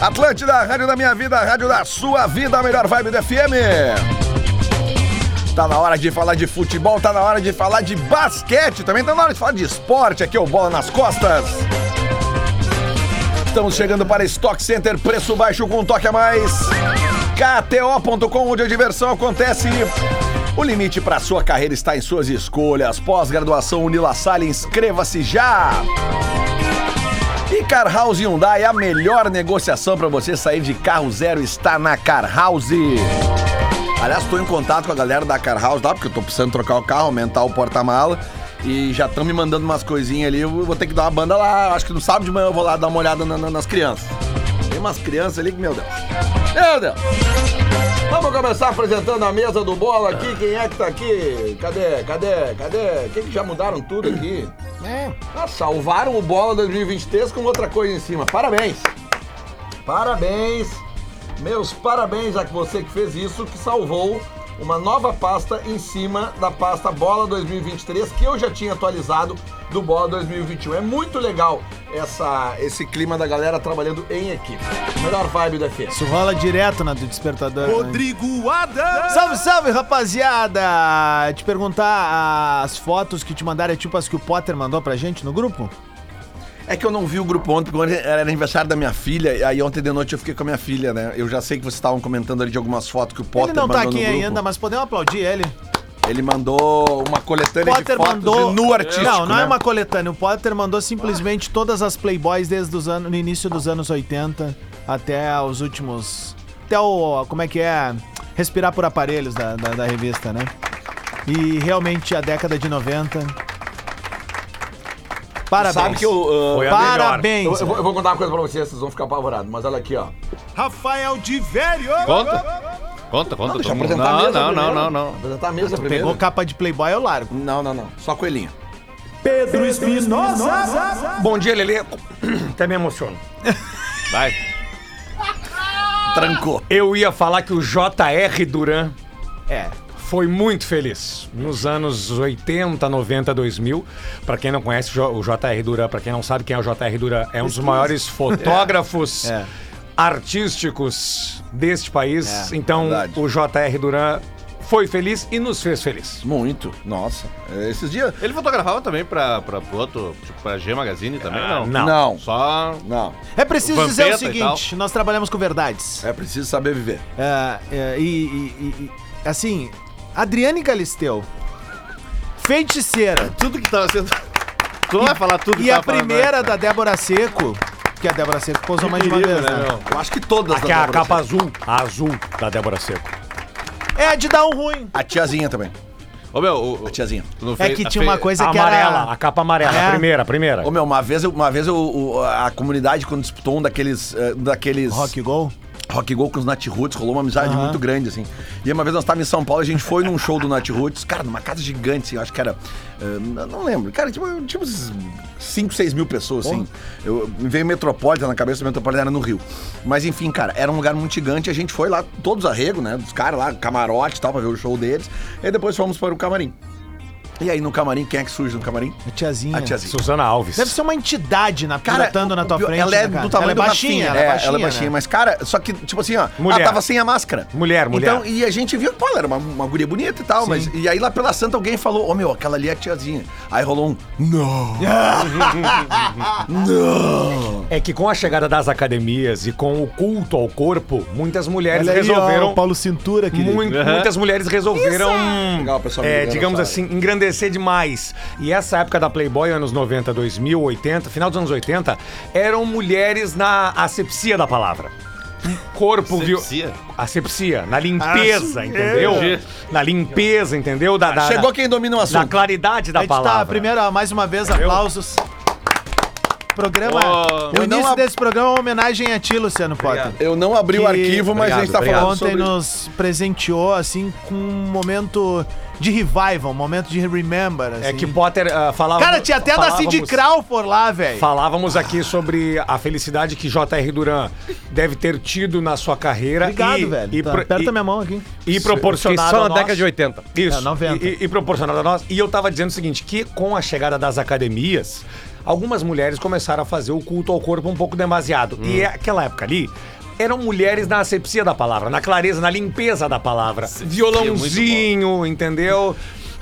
Atlântida, a rádio da minha vida, a rádio da sua vida, a melhor vibe do FM. Tá na hora de falar de futebol, tá na hora de falar de basquete, também tá na hora de falar de esporte, aqui é o Bola nas Costas. Estamos chegando para Stock Center, preço baixo com um toque a mais. KTO.com, onde a diversão acontece. O limite para sua carreira está em suas escolhas. Pós-graduação Unila Salle, inscreva-se já. E Car House Hyundai, a melhor negociação para você sair de carro zero está na Car House. Aliás, estou em contato com a galera da Car House lá, porque eu tô precisando trocar o carro, aumentar o porta-mala. E já estão me mandando umas coisinhas ali. Eu vou ter que dar uma banda lá. Acho que no sábado de manhã eu vou lá dar uma olhada na- na- nas crianças. Tem umas crianças ali que, meu Deus. Meu Deus! Vamos começar apresentando a mesa do bola aqui. Quem é que tá aqui? Cadê? Cadê? Cadê? Quem que já mudaram tudo aqui? É. Ah, salvaram o bola 2023 com outra coisa em cima. Parabéns! Parabéns! Meus parabéns a você que fez isso, que salvou uma nova pasta em cima da pasta Bola 2023, que eu já tinha atualizado do Bola 2021. É muito legal essa, esse clima da galera trabalhando em equipe. Melhor vibe da FM. Isso rola direto na do despertador. né? Rodrigo Adams. Salve, salve, rapaziada! Te perguntar as fotos que te mandaram é tipo as que o Potter mandou pra gente no grupo? É que eu não vi o grupo ontem, porque ontem era aniversário da minha filha, e aí ontem de noite eu fiquei com a minha filha, né? Eu já sei que vocês estavam comentando ali de algumas fotos que o Potter ele não tá mandou no aqui grupo. ainda, mas podemos aplaudir ele. Ele mandou uma coletânea de Potter fotos mandou. de nu artístico, não, não né? Ah. é uma coletânea. O Potter mandou simplesmente todas as Playboys desde os anos, no início dos anos 80 até os últimos. Até o. Como é que é? Respirar por aparelhos da, da, da revista, né? E realmente a década de 90. Parabéns. Sabe que eu... ah, Foi a melhor. Parabéns. Eu, eu vou, eu vou contar uma coisa pra vocês, vocês vão ficar apavorados. Mas olha aqui, ó. Rafael de Velho. Conta. Conta, conta. todo mundo. a Não, mesa não, não, primeiro. não, não. Apresentar a mesa primeiro. Pegou capa de Playboy, eu largo. Não, não, não. Só coelhinho. Pedro Espinosa. Bom dia, Leleco. Até me emociono. Vai. Trancou. Eu ia falar que o J.R. Duran É. foi muito feliz nos anos 80, 90, 2000. Pra quem não conhece o J- o J.R. Duran, pra quem não sabe quem é o J.R. Duran, é um dos maiores fotógrafos É. artísticos deste país. É, então, verdade. o J.R. Duran foi feliz e nos fez feliz. Muito. Nossa. Esses dias... Ele fotografava também pra, pra pro outro, tipo, pra G Magazine também, Ah, não? Não. Só. Não. É preciso Vampeta dizer o e seguinte: nós trabalhamos com verdades. É preciso saber viver. É, é, e, e- e- e, assim, Adriane Galisteu, feiticeira. Tudo que tava sendo. Tu não vai falar tudo E que a tava falando primeira antes, da né? Débora Seco, que a Débora Seco posou mais de uma vez, Perigo, né? né, meu? Eu acho que todas Aqui é a Débora capa azul, a azul da Débora Seco. É de dar um ruim. Seco. A tiazinha também. Ô, meu, o, A tiazinha. tu não É fez- que a tinha uma fe- coisa A que amarela, a era. capa amarela, É. a primeira, a primeira. Ô meu, uma vez, eu- uma vez eu- o- a comunidade, quando disputou um daqueles. eh, daqueles Rock Go? Rock Go com os Nat Roots, rolou uma amizade Aham. muito grande, assim. E uma vez nós estávamos em São Paulo, a gente foi num show do Nat Roots, cara, numa casa gigante, assim, eu acho que era. eh, eu não lembro, cara, tipo, tipo 5, 6 mil pessoas, assim. Eu, me veio Metropolitan na cabeça, Metropolitan era no Rio. Mas enfim, cara, era um lugar muito gigante, a gente foi lá, todos arrego, né? Dos caras lá, camarote e tal, pra ver o show deles. E depois fomos para o camarim. E aí no camarim, quem é que surge no camarim? A tiazinha. A tiazinha. Suzana Alves. Deve ser uma entidade na, pilotando na o tua pior- frente. Ela é né, cara? do tamanho ela é do baixinha, Rafinha, ela é baixinha. né? mas cara, só que, tipo assim, ó, Mulher. ela tava sem a máscara. Mulher, mulher. Então, e a gente viu, pô, ela era uma, uma guria bonita e tal, mas. E aí lá pela santa alguém falou, ô meu, aquela ali é a tiazinha. Aí rolou um. Não! não! É que com a chegada das academias e com o culto ao corpo, muitas mulheres Olha é aí, ó, resolveram. o Paulo Cintura, querido. Mui- Muitas mulheres resolveram, Legal, pessoal, me é, ligando, digamos sabe? assim, engrandecer demais. E essa época da Playboy, anos 90, 2000, 80, final dos anos 80, eram mulheres na asepsia da palavra. Um Corpo viu. Asepsia? Asepsia, Ah, na limpeza, entendeu? entendi. Na limpeza, entendeu? Da, da, Chegou quem domina o da assunto. claridade A da gente tá, palavra. primeiro, mais uma vez, aplausos. Programa. Oh. o Eu não início ab- desse programa é uma homenagem a ti, Luciano Potter. Eu não abri o Que- arquivo, mas a gente tá obrigado, falando Ontem sobre... nos presenteou, assim, com um momento de revival, um momento de remember, assim. É que Potter ah, falava. Cara, tinha até da Cindy falávamos- Crawford lá, velho. Falávamos aqui sobre a felicidade que J.R. Duran deve ter tido na sua carreira. Obrigado, e, velho. E, Tá, pro- aperta e- minha mão aqui. e proporcionado. Só a na nós- década de 80. Isso. É, 90. E, e proporcionado a nós. E eu tava dizendo o seguinte: que com a chegada das academias. algumas mulheres começaram a fazer o culto ao corpo um pouco demasiado. E aquela época ali. Eram mulheres na asepsia da palavra, na clareza, na limpeza da palavra. Violãozinho, entendeu?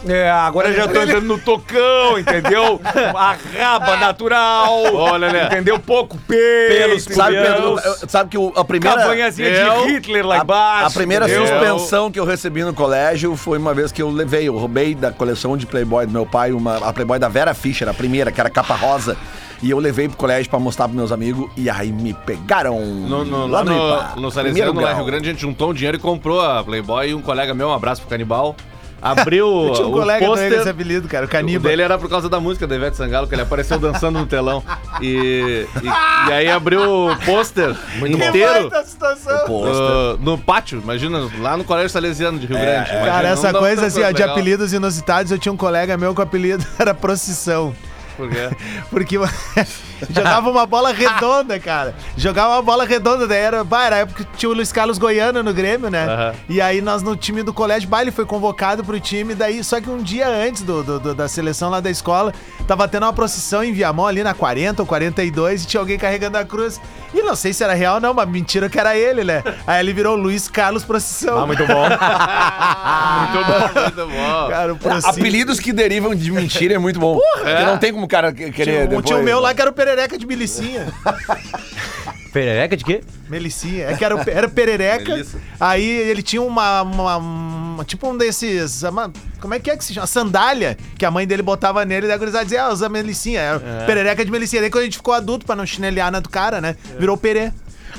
É, agora já tô entrando no tocão, entendeu? A raba natural. Olha, né? Entendeu? Pouco peito. Pelos Sabe, Pedro, Deus. eu- sabe que o- a primeira. Cabanhazinha Eu- de Hitler lá a- embaixo. A primeira entendeu? suspensão que eu recebi no colégio foi uma vez que eu levei, eu roubei da coleção de Playboy do meu pai, uma, a Playboy da Vera Fischer, a primeira, que era capa rosa. E eu levei pro colégio pra mostrar pros meus amigos, e aí me pegaram. No, no, lá Ipa, no, no primeiro Salesiano, lá em grau. Rio Grande, a gente juntou um dinheiro e comprou a Playboy e um colega meu, um abraço pro Canibal, abriu Tinha um o colega dele esse pôster. apelido, cara, o O Caníbal. dele era por causa da música da Ivete Sangalo, que ele apareceu dançando no telão. E, e, e aí abriu o pôster inteiro situação. Pô, ah, no pátio, imagina, lá no Colégio Salesiano de Rio Grande. É, imagina, Cara, não essa dá coisa tanta assim, ó, de legal, apelidos inusitados, eu tinha um colega meu que o apelido era Procissão. porque- é. Porque jogava uma bola redonda, cara. Jogava uma bola redonda, daí era, bah, era a época que tinha o Luiz Carlos Goiano no Grêmio, né? Aham. E aí nós no time do colégio, bah, ele foi convocado pro time, daí só que um dia antes do, do- do- da seleção lá da escola, tava tendo uma procissão em Viamão ali na 40 ou 42 e tinha alguém carregando a cruz. E não sei se era real ou não, mas mentira que era ele, né? Aí ele virou Luiz Carlos Procissão. Ah, muito bom. Muito bom, muito bom. Cara, o Procissão. Apelidos que derivam de mentira é muito bom. Porque não tem como o cara que- querer. Tinha um, depois- né? tinha um meu lá que era o Perereca de Milicinha. Perereca de quê? Melicinha, é que era, o pe- era o perereca. Melissa. aí ele tinha uma, uma- uma- Tipo um desses. uma- como é que é que se chama? Sandália que a mãe dele botava nele e a gurizada dizia, ah, usa melicinha. Era Perereca de melicinha. Daí quando a gente ficou adulto pra não chinelhar na do cara, né? Virou perê.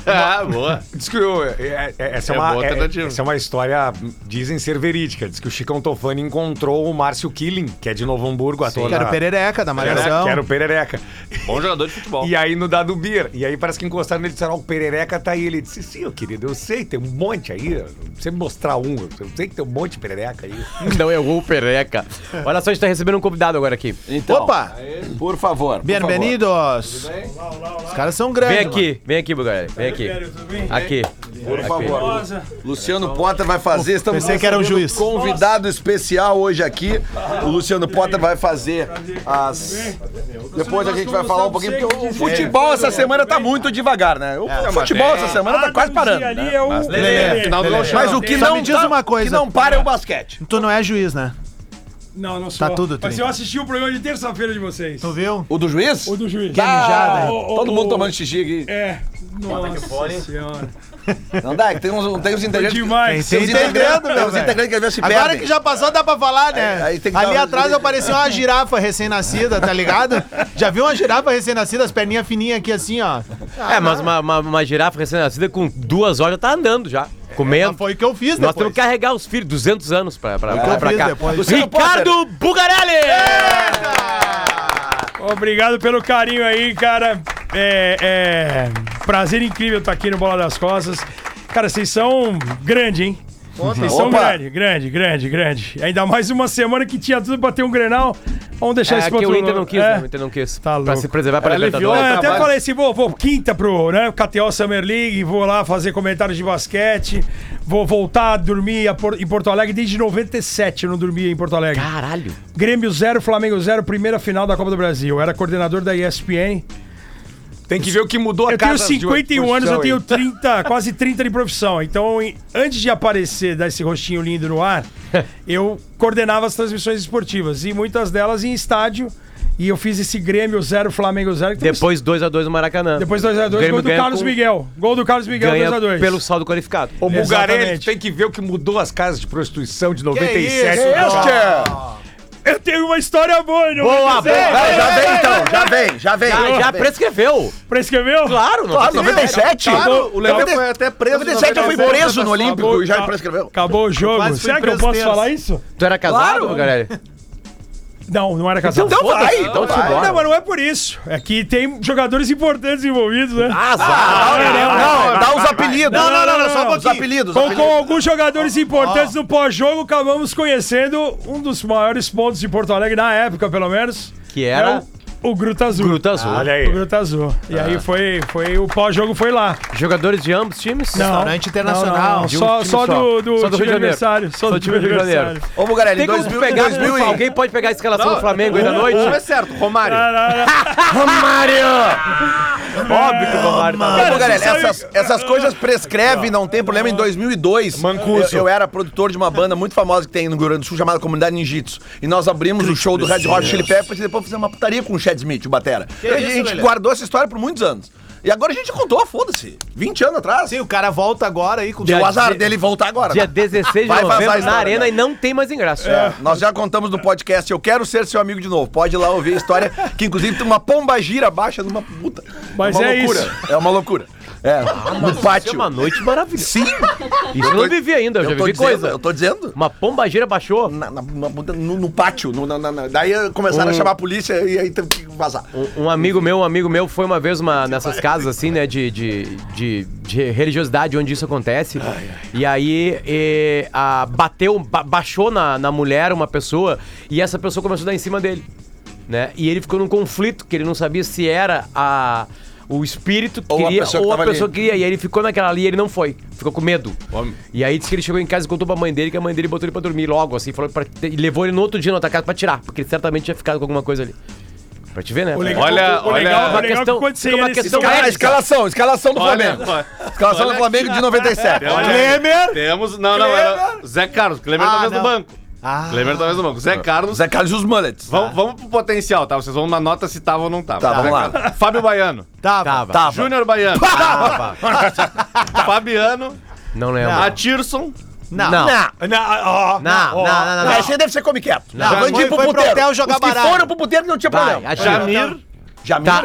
Ah, boa. Diz que o- é- é- essa, é É uma, boa é- alternativa. essa é uma história, dizem ser verídica. Diz que o Chicão Tofani encontrou o Márcio Killing, que é de Novo Hamburgo, ator. Que era o da- perereca da malhação. Que era o Perereca. Bom jogador de futebol. E aí no Dado Beer. E aí parece que encostaram nele e disseram: Ó, o Perereca tá aí. Ele disse: Sim, eu querido, eu sei, tem um monte aí. Não precisa me mostrar um. Eu sei que tem um monte de Perereca aí. Não errou o perereca. Olha só, a gente tá recebendo um convidado agora aqui. Então, Opa! Por favor. por Bienvenidos! Os caras são grandes. Vem aqui, vem aqui, Bugarelli. Vem aqui. Tá Aqui. Por favor, Lu- Luciano Potter vai fazer. Estamos Pensei que era um recebendo juiz. Convidado especial hoje aqui. O Luciano Potter vai fazer as. Depois a gente vai falar um pouquinho. Porque o futebol essa semana tá muito devagar, né? O futebol essa semana tá quase parando. né? é o Lelê, final do gauchão. Mas o que Só não me diz tá- uma coisa. que não para é o basquete. Tu não é juiz, né? Não, não sou. Tá tudo, Mas Trinta. eu assisti o programa de terça-feira de vocês. Tu viu? O do juiz? O do juiz. Ah, né? O- o- todo o- mundo tomando xixi aqui. É. Nossa senhora. Não Então dá, que um- tem uns, tem uns integrantes. Demais. Tem uns Entendendo, integrantes, meu tem uns velho. integrantes que às vezes se Agora perdem. que já passou, dá pra falar, né? Aí- aí tem que Ali dar- atrás eu parecia uma girafa recém-nascida, tá ligado? Já viu uma girafa recém-nascida, as perninhas fininhas aqui assim, ó. É, mas uma, uma, uma girafa recém-nascida com duas horas já tá andando já. Ah, Comendo. Foi o que eu fiz, Nós depois. temos que carregar os filhos 200 anos pra, pra, Foi o pra, que eu pra fiz cá. depois. Luciano Potter. Ricardo Bugarelli! É! Obrigado pelo carinho aí, cara. É, é prazer incrível estar aqui no Bola das Costas. Cara, vocês são grande, hein? Vocês são Opa. grande, grande, grande, grande. Ainda mais uma semana que tinha tudo pra ter um Grenal. Vamos deixar É esse que o Inter não quis, É. né? O Inter não quis. Tá pra louco. se preservar pra Ela aliviou, Libertadores. tá É, eu até trabalho. falei assim, vou, vou quinta pro né, KTO Summer League, vou lá fazer comentários de basquete, vou voltar a dormir a Por- em Porto Alegre desde 97 eu não dormia em Porto Alegre. Caralho. Grêmio 0, Flamengo 0, primeira final da Copa do Brasil. Eu era coordenador da ESPN. Tem que ver o que mudou a Eu tenho casa de 51 anos, eu profissão, tenho hein? 30, quase 30 de profissão. Então, em- antes de aparecer, dar esse rostinho lindo no ar, eu coordenava as transmissões esportivas e muitas delas em estádio. E eu fiz esse Grêmio 0, Flamengo 0. que tem um Depois 2x2 no Maracanã. depois 2x2, Grêmio gol do ganha Carlos com- Miguel. Gol do Carlos Miguel, Ganha 2x2. pelo saldo qualificado. O Bugarelli Exatamente. tem que ver o que mudou as casas de prostituição de 97. isso, pra lá. Eu tenho uma história boa, não Boa, boa. Vai, já vem então, já vem, já vem. Ah, Já, já prescreveu. Pra escrever? Claro, não Claro, 97? Acabou. o Leão Acabou. foi até preso. 97 eu fui preso no Olímpico e já prescreveu. Acabou o jogo. Quase fui Será que eu preso posso terça. falar isso? Tu era casado, Bugarelli? Não, não era casado. Então vai, então foda-se, vai. não, mas não é por isso. É que tem jogadores importantes envolvidos, né? Azar. Não, dá os apelidos. Não, não, não, não, só um Os apelidos. os Com, com apelidos. alguns jogadores importantes no pós-jogo, acabamos conhecendo um dos maiores pontos de Porto Alegre, na época, pelo menos. Que era? É o o Gruta Azul. Gruta Azul. Ah, Ah. Olha aí. O Gruta Azul. E aí foi, foi o pós-jogo foi lá. Jogadores de ambos os times? Restaurante internacional. não, não. De um Só, time só, do, do Só do Rio de time Janeiro. adversário. Só do time adversário. Ô, Bugarelli, Tem em como 2000, pegar, 2000 e- alguém pode pegar a escalação do Flamengo aí da Um- noite? Um é certo, Romário. Romário! Óbvio que o Romário tá Ô, lá. Bugarelli, essas, essas coisas prescrevem, não tem problema. Em 2002, Mancuso. Eu, eu era produtor de uma banda muito famosa que tem no Rio Grande do Sul, chamada Comunidade Ninjitsu. E nós abrimos o show do Red Hot Chili Peppers e depois fizemos uma putaria com o Chad Smith, o Batera. E a gente guardou essa história por muitos anos. E agora a gente contou, foda-se. 20 anos atrás. Sim, o cara volta agora aí com Deu o azar dia- dele voltar agora. Dia né? 16 de Vai vazar a novembro na história, Arena né? e não tem mais ingresso. É. Nós já contamos no podcast Eu Quero Ser Seu Amigo de Novo. Pode ir lá ouvir a história, que inclusive tem uma pomba gira baixa numa puta. Mas uma é loucura. isso. É uma loucura. É, no Isso é pátio. uma noite maravilhosa. Sim. Isso eu não vivi ainda, eu, tô já vivi dizendo, coisa. Eu tô dizendo. Uma pombageira baixou. Na- na- na- no, no pátio. no- na- na- na- Daí começaram a chamar a polícia e aí teve que vazar. Um, um amigo meu, um amigo meu foi uma vez uma, nessas casas assim, né, de, de, de, de religiosidade onde isso acontece. E aí e, a, bateu, ba- baixou na, na mulher uma pessoa e essa pessoa começou a dar em cima dele. Né? E ele ficou num conflito que ele não sabia se era a, o espírito que Ou a queria pessoa que ou a tava ali. pessoa que queria. E aí ele ficou naquela ali e ele não foi. Ficou com medo. E aí disse que ele chegou em casa e contou pra mãe dele que a mãe dele botou ele pra dormir logo, assim, falou pra, e levou ele no outro dia na outra casa pra tirar, porque ele certamente tinha ficado com alguma coisa ali. Pra te ver, né? legal- Olha, Uma o legal- olha. legal questão, que quando você fica uma ia nesse questão cara, Cara, ética. escalação, escalação do Flamengo. Escalação do olha Flamengo de 97. Olha, Temos. Não, não, era. Zé Carlos. Clemer Ah, talvez no não. banco. Ah. Clemer talvez no banco. Zé Carlos. Zé Carlos e os mullets. Vamos, vamos pro potencial, tá? Vocês vão na nota se tava ou não tava. Tá, Zé vamos lá. Carlos. Fábio Baiano. Tava. Tava. Júnior Baiano. Tá. Fabiano. Não lembro. Não. Atirson. Não. Não. Não, Ah, Não, não, não, não, não. Aí você deve ser come quieto. Não. Vamos Foi- ir pro foi pro puteiro. hotel jogar Os que baralho. foram pro puteiro não tinha Vai, problema. Jamil. Jamir. Jamir. Tá, Não,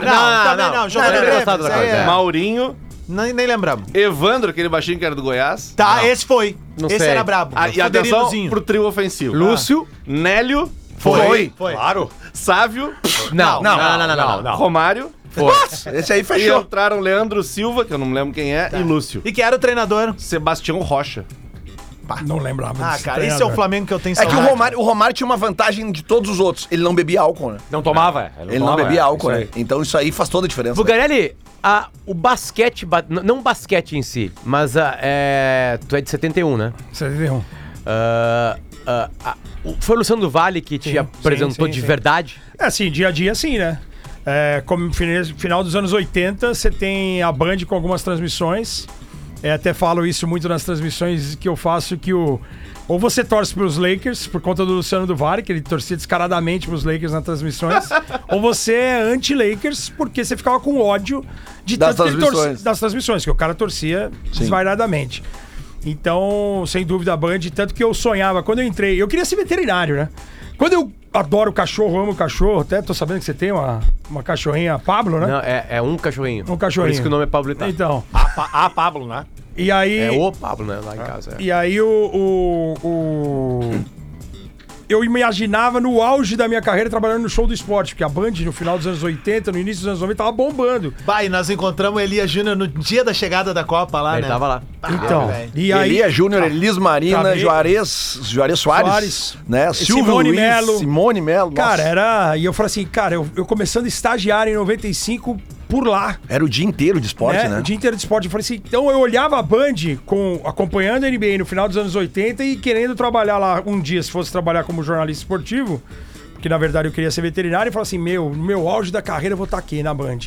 também não, jogador Não, não, Everton, não, isso aí não, é- não. Maurinho. Nem, nem lembramos. Evandro, aquele baixinho que era do Goiás. Tá, esse foi. Não esse sei. era brabo. Ah, e atenção Poderinozinho. pro trio ofensivo. Ah. Lúcio. Nélio. Foi. Foi. Claro. Sávio. Não, não, não, não, não, não, não. Romário. Esse aí E fechou. entraram Leandro Silva, que eu não me lembro quem é, e Lúcio. E que era o treinador. Sebastião Rocha. Não lembrava. Ah, desse cara, esse é o treinador. Flamengo que eu tenho É que o saudade. Romário, o Romário tinha uma vantagem de todos os outros. Ele não bebia álcool, né? Não tomava? é. Ele não tomava, bebia é. álcool, Isso né? aí. Então isso aí faz toda a diferença. Bugarelli, a, o basquete, ba- n- não o basquete em si, mas a, é, tu é de 71, né? 71. Ah, ah, ah, o- foi o Luciano do Vale que te Sim, apresentou sim, de sim, sim. verdade? É assim, dia a dia sim, né? É, como fine- final dos anos 80, você tem a Band com algumas transmissões. É, até falo isso muito nas transmissões que eu faço, que o... Ou você torce pros Lakers, por conta do Luciano do Vale, que ele torcia descaradamente pros Lakers nas transmissões. ou você é anti-Lakers, porque você ficava com ódio de Das tanto que ele torcia- transmissões. das transmissões, que o cara torcia desvairadamente. Então, sem dúvida, a Band, tanto que eu sonhava, quando eu entrei, eu queria ser veterinário, né? Quando eu adoro cachorro, amo cachorro, até tô sabendo que você tem uma, uma cachorrinha Pablo, né? Não, é, é um cachorrinho. Um cachorrinho. Por isso que o nome é Pablo Itá. Então, A, Pa- a Pablo, né? e aí... É o Pablo, né? Lá em casa. é. E aí o, o- o- Eu imaginava no auge da minha carreira trabalhando no show do esporte, porque a Band, no final dos anos 80, no início dos anos 90, tava bombando. Vai, nós encontramos o Elias Júnior no dia da chegada da Copa lá, Ele né? tava lá. Então, velho. e aí. Elia Júnior, Elis Marina, Cadê? Juarez, Juarez Soares, Soares. né? E Silvio Simone Luiz, Melo. Simone Melo. nossa. Cara, era. E eu falei assim, cara, eu, eu começando estagiário em 95 por lá. Era o dia inteiro de esporte, né? né? O dia inteiro de esporte. Eu falei assim, então eu olhava a Band com, acompanhando a NBA no final dos anos 80 e querendo trabalhar lá um dia, se fosse trabalhar como jornalista esportivo, porque na verdade eu queria ser veterinário, e falava assim, meu, no meu auge da carreira eu vou estar aqui na Band.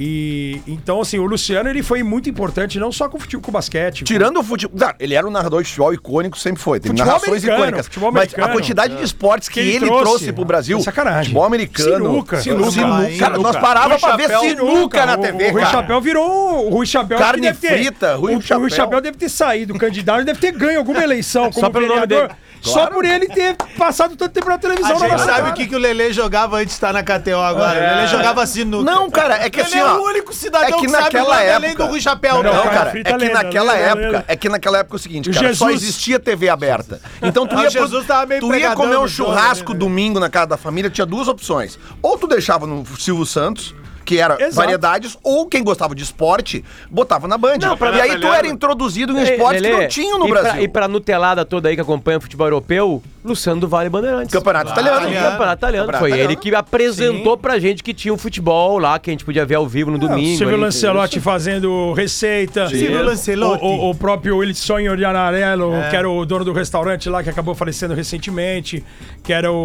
E então, assim, o Luciano ele foi muito importante, não só com o futebol, com o basquete. Tirando o futebol. Cara, ele era um narrador de futebol icônico, sempre foi. Tem Futebol narrações americano, icônicas. futebol mas a americano. é. quantidade de esportes que, Que ele ele trouxe, trouxe, É pro Brasil. sacanagem. Futebol americano. Sinuca. Sinuca. Sinuca. Cara, nós parávamos pra ver sinuca na o- TV, O Rui cara. Chapéu virou. um, O Rui Chapéu. acho Carne que deve ter- frita, Rui o- O Chapéu. Rui Chapéu deve ter saído candidato, deve ter ganho alguma eleição como Só pelo nome vereador, dele. Só por ele ter passado tanto tempo na televisão. A na gente nossa sabe cara. o que, que o Lele jogava antes de estar na KTO agora. O Lele jogava sinuca. Não, cara, é que Ele assim, é ó, o único cidadão é que que, sabe naquela nada além época- do Rui Chapéu. Não, Não, cara, cara, é frita que lenda, naquela lenda, época, lenda. é que naquela época é o seguinte, O cara, só Jesus. existia TV aberta. Então tu Ah, o ia, Jesus tava meio tu ia pregadão comer um no jogo, churrasco né, domingo na casa da família, tinha duas opções. Ou tu deixava no Silvio Santos, que era Exato. variedades, ou quem gostava de esporte, botava na Band. Não, pra e aí tu era introduzido em esportes que Lelê, não tinham no e pra- Brasil. e pra nutelada toda aí que acompanha o futebol europeu, Luciano do Vale Bandeirantes. Tá Campeonato italiano. Italiano. Campeonato italiano. Foi italiano. ele que apresentou pra gente que tinha o futebol lá, que a gente podia ver ao vivo no domingo. Silvio ali. Lancelotti fazendo receita. Silvio Lancelotti. O, o, o próprio Ele Sonho Orianarello, que era o dono do restaurante lá, que acabou falecendo recentemente, que era o,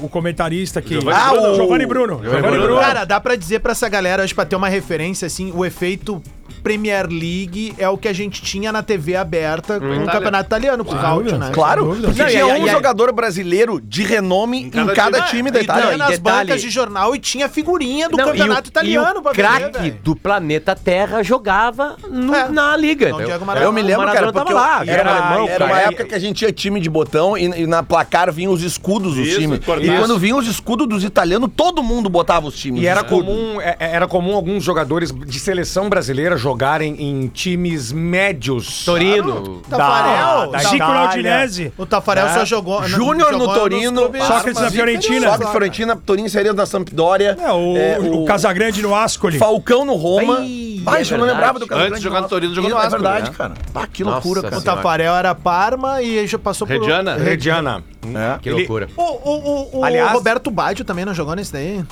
o, o comentarista que. Giovanni Ah, Bruno. o- Giovanni Bruno. Giovanni Bruno. Cara, dá pra dizer pra essa galera hoje, pra ter uma referência, assim, o efeito Premier League é o que a gente tinha na TV aberta com o campeonato italiano, com o Cautio, né? Claro, porque Não, e tinha aí- um e aí- jogador brasileiro de renome em cada, time, da e Itália. Era Não, nas detalhe- bancas de jornal e tinha figurinha do Não, e campeonato o- italiano e o pra ver, craque velho. do planeta Terra jogava no- É. na liga. Não, entendeu? Diego Eu me lembro, Maradona cara, porque tava lá, eu- era era, alemão, era cara. uma época que a gente tinha time de botão e, e na placar vinham os escudos dos Isso, times. cortaço. E quando vinham os escudos dos italianos, todo mundo botava os times. E era Escudo. comum, é- é- era comum alguns jogadores de seleção brasileira jogarem em times médios. Torino. Tafarel, da Chico É. Itália. Aldinese. O Tafarel só jogou. Júnior no jogou nos Torino, clubes- Sócrates na Fiorentina. Sócrates Florentina, Torinho seria da Sampdoria. É, o, é, o, Casagrande no Ah, Ascoli. Falcão no Roma. Ai, Ai, é isso eu não verdade. lembrava do Casagrande. Antes de jogar no Torino, jogou jogando no É Ascoli, verdade, né? cara. Pá, que Nossa loucura, cara. O Tafarel era Parma e aí já passou por. Reggiana? Reggiana. Que loucura. O, o, o, o Aliás- Roberto Baggio também não jogou nesse daí?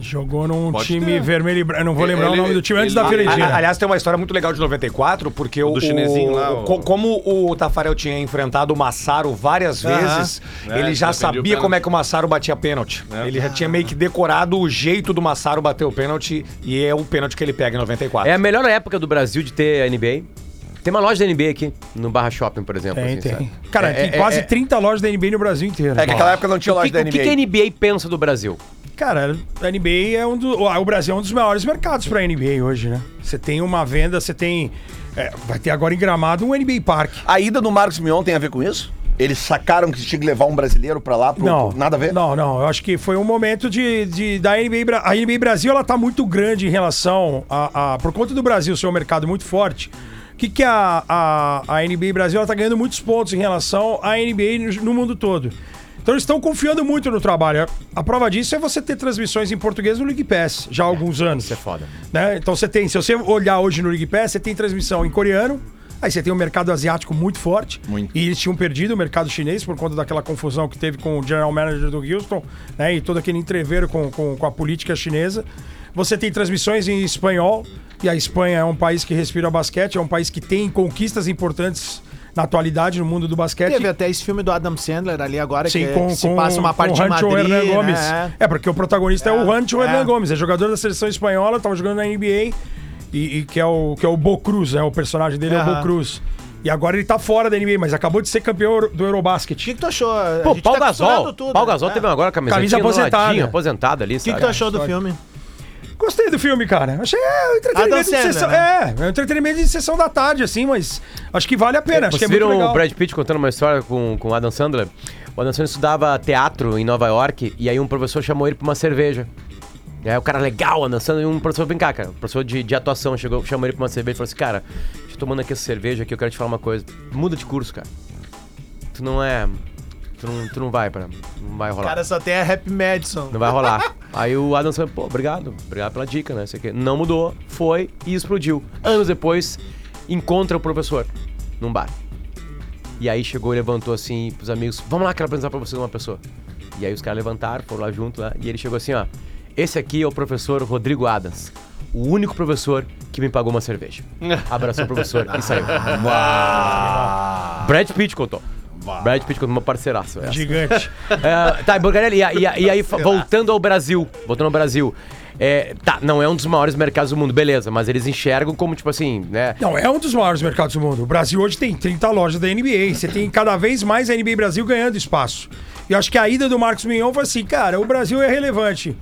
Jogou num Pode time ter. vermelho e branco. Eu não vou Ele- lembrar o nome ele- do time antes ele- da A- a- Fiorentina. aliás, tem uma história muito legal de 94, porque o. do chinesinho lá, o- o- co- Como o Tafarel tinha enfrentado o Massaro várias vezes, É, ele ele já defendia o sabia pênalti. É. como é que o Massaro batia pênalti. Ele já tinha meio que decorado o jeito do Massaro bater o pênalti e é o pênalti que ele pega em 94. É a melhor época do Brasil de ter a NBA. Tem uma loja da NBA aqui, no Barra Shopping, por exemplo. Tem, assim, tem. sabe? Cara, É- tem é- quase é- 30 lojas da NBA no Brasil inteiro. É que naquela época não tinha O loja que, da o NBA. que é que a NBA pensa do Brasil? Cara, a NBA é um do, o Brasil é um dos maiores mercados para NBA hoje, né? Você tem uma venda, você tem é, vai ter agora em Gramado um NBA Park. A ida do Marcos Mion tem a ver com isso? Eles sacaram que tinha que levar um brasileiro pra lá? Pro, Não, pro- nada a ver? Não, não. Eu acho que foi um momento de, de da NBA. Bra- A NBA Brasil ela tá muito grande em relação a, a- por conta do Brasil ser um mercado muito forte. O que, que a, a, a NBA Brasil ela tá ganhando muitos pontos em relação à NBA no, no mundo todo. Então eles estão confiando muito no trabalho. A prova disso é você ter transmissões em português no League Pass já há alguns anos. Isso é foda. né? Então você tem, se você olhar hoje no League Pass, você tem transmissão em coreano, aí você tem um mercado asiático muito forte. E eles tinham perdido o mercado chinês por conta daquela confusão que teve com o general manager do Houston, né? E todo aquele entreveiro com, com, com a política chinesa. Você tem transmissões em espanhol, e a Espanha é um país que respira basquete, é um país que tem conquistas importantes na atualidade no mundo do basquete. Teve até esse filme do Adam Sandler ali agora, É Sim, que, com, que se com- passa uma com parte o em Rancho Madrid, Hernan né? Gomes. É, porque o protagonista é, o Rancho é. Hernan Gomes, é jogador da seleção espanhola, tava jogando na NBA e, e que é o que é o Bocruz, né? O personagem dele é o Aham. Bocruz. E agora ele tá fora da NBA, mas acabou de ser campeão euro- do O Eurobasket. que, que tu achou? tá Pô, o Paul Gasol. O Paul Gasol teve agora a Camisa camisetinha aposentada. aposentada. aposentada ali, É. O que, sabe? que tu achou do filme? Gostei do filme, cara. Achei é, um Adam Ah, entretenimento tá de Sandler, sessão. né? É, é um entretenimento de sessão da tarde, assim, mas acho que vale a pena. acho que é Vocês muito viram legal. o Brad Pitt contando uma história com com o Adam Sandler? O Adam Sandler estudava teatro em Nova York e aí um professor chamou ele pra uma cerveja. E aí o cara legal, Adam Sandler, e um professor, vem cá, cara, um professor de, de atuação, chegou, chamou ele pra uma cerveja e falou assim, cara, deixa eu tomando aqui essa cerveja aqui, eu quero te falar uma coisa. Muda de curso, cara. Tu não é... Tu não, tu não vai, pra, não vai O rolar. cara só tem a Happy Madison. Não vai rolar. Aí o Adam Sandler, pô, obrigado, obrigado pela dica, né? Sei o quê. Não mudou, foi e explodiu. Anos depois, encontra o professor num bar. E aí chegou e levantou assim pros amigos: Vamos lá, quero apresentar pra vocês uma pessoa. E aí os caras levantaram, foram lá junto, lá, e ele chegou assim: Ó, esse aqui é o professor Rodrigo Adams. O único professor que me pagou uma cerveja. Abraçou o professor e saiu. Brad Pitt contou. Brad Pitt contou uma parceiraça. né? essa. Gigante. É, tá, e Borgarelli, e, a- e a- e aí, fa- voltando ao Brasil, voltando ao Brasil, é, tá, não é um dos maiores mercados do mundo, beleza, mas eles enxergam como, tipo assim, né? Não, é um dos maiores mercados do mundo. O Brasil hoje tem 30 lojas da NBA. Você tem cada vez mais a NBA Brasil ganhando espaço. E eu acho que a ida do Marcos Mignon foi assim, cara, o Brasil é relevante.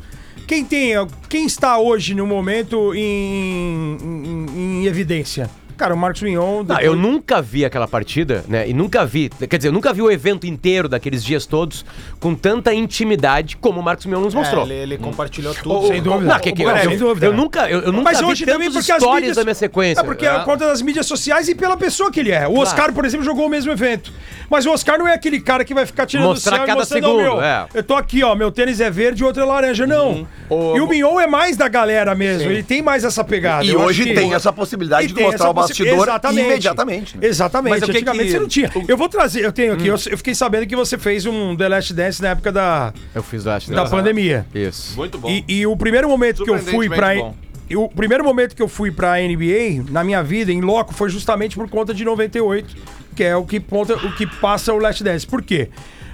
Quem tem, quem está hoje no momento em, em- em- em evidência? Cara, o Marcos Mignon. Não, Tá, eu nunca vi aquela partida, né? E nunca vi, quer dizer, eu nunca vi o evento inteiro daqueles dias todos com tanta intimidade como o Marcos Mion nos mostrou. ele, ele compartilhou tudo. Sem dúvida. Não, que, que, Peraí, eu, sem dúvida. eu nunca, eu, eu nunca Mas vi hoje também tantas porque as histórias mídias- da minha sequência. É porque é. conta das mídias sociais e pela pessoa que ele é. O Oscar, por exemplo, jogou o mesmo evento. Mas o Oscar não é aquele cara que vai ficar tirando Mostrar o céu cada e mostrando, ó, segundo, meu, é. Uhum. Eu tô aqui, ó, meu tênis é verde e outro é laranja. Não. E o Mignon é mais da galera mesmo. Ele tem mais essa pegada. E Eu acho hoje que- tem essa possibilidade E de tem mostrar essa o bastidor possi- Exatamente. imediatamente. né? Exatamente. Mas o que que- Antigamente você não tinha. Eu vou trazer, eu tenho Hum. aqui, eu, eu fiquei sabendo que você fez um The Last Dance na época da, Eu fiz o acho. né? da pandemia. Isso. Muito bom. E, e o primeiro momento que eu fui pra. Surpreendentemente e O primeiro momento que eu fui pra NBA na minha vida, em loco, foi justamente por conta de 98, que é o que, ponta, o que passa o Last Dance. Por quê?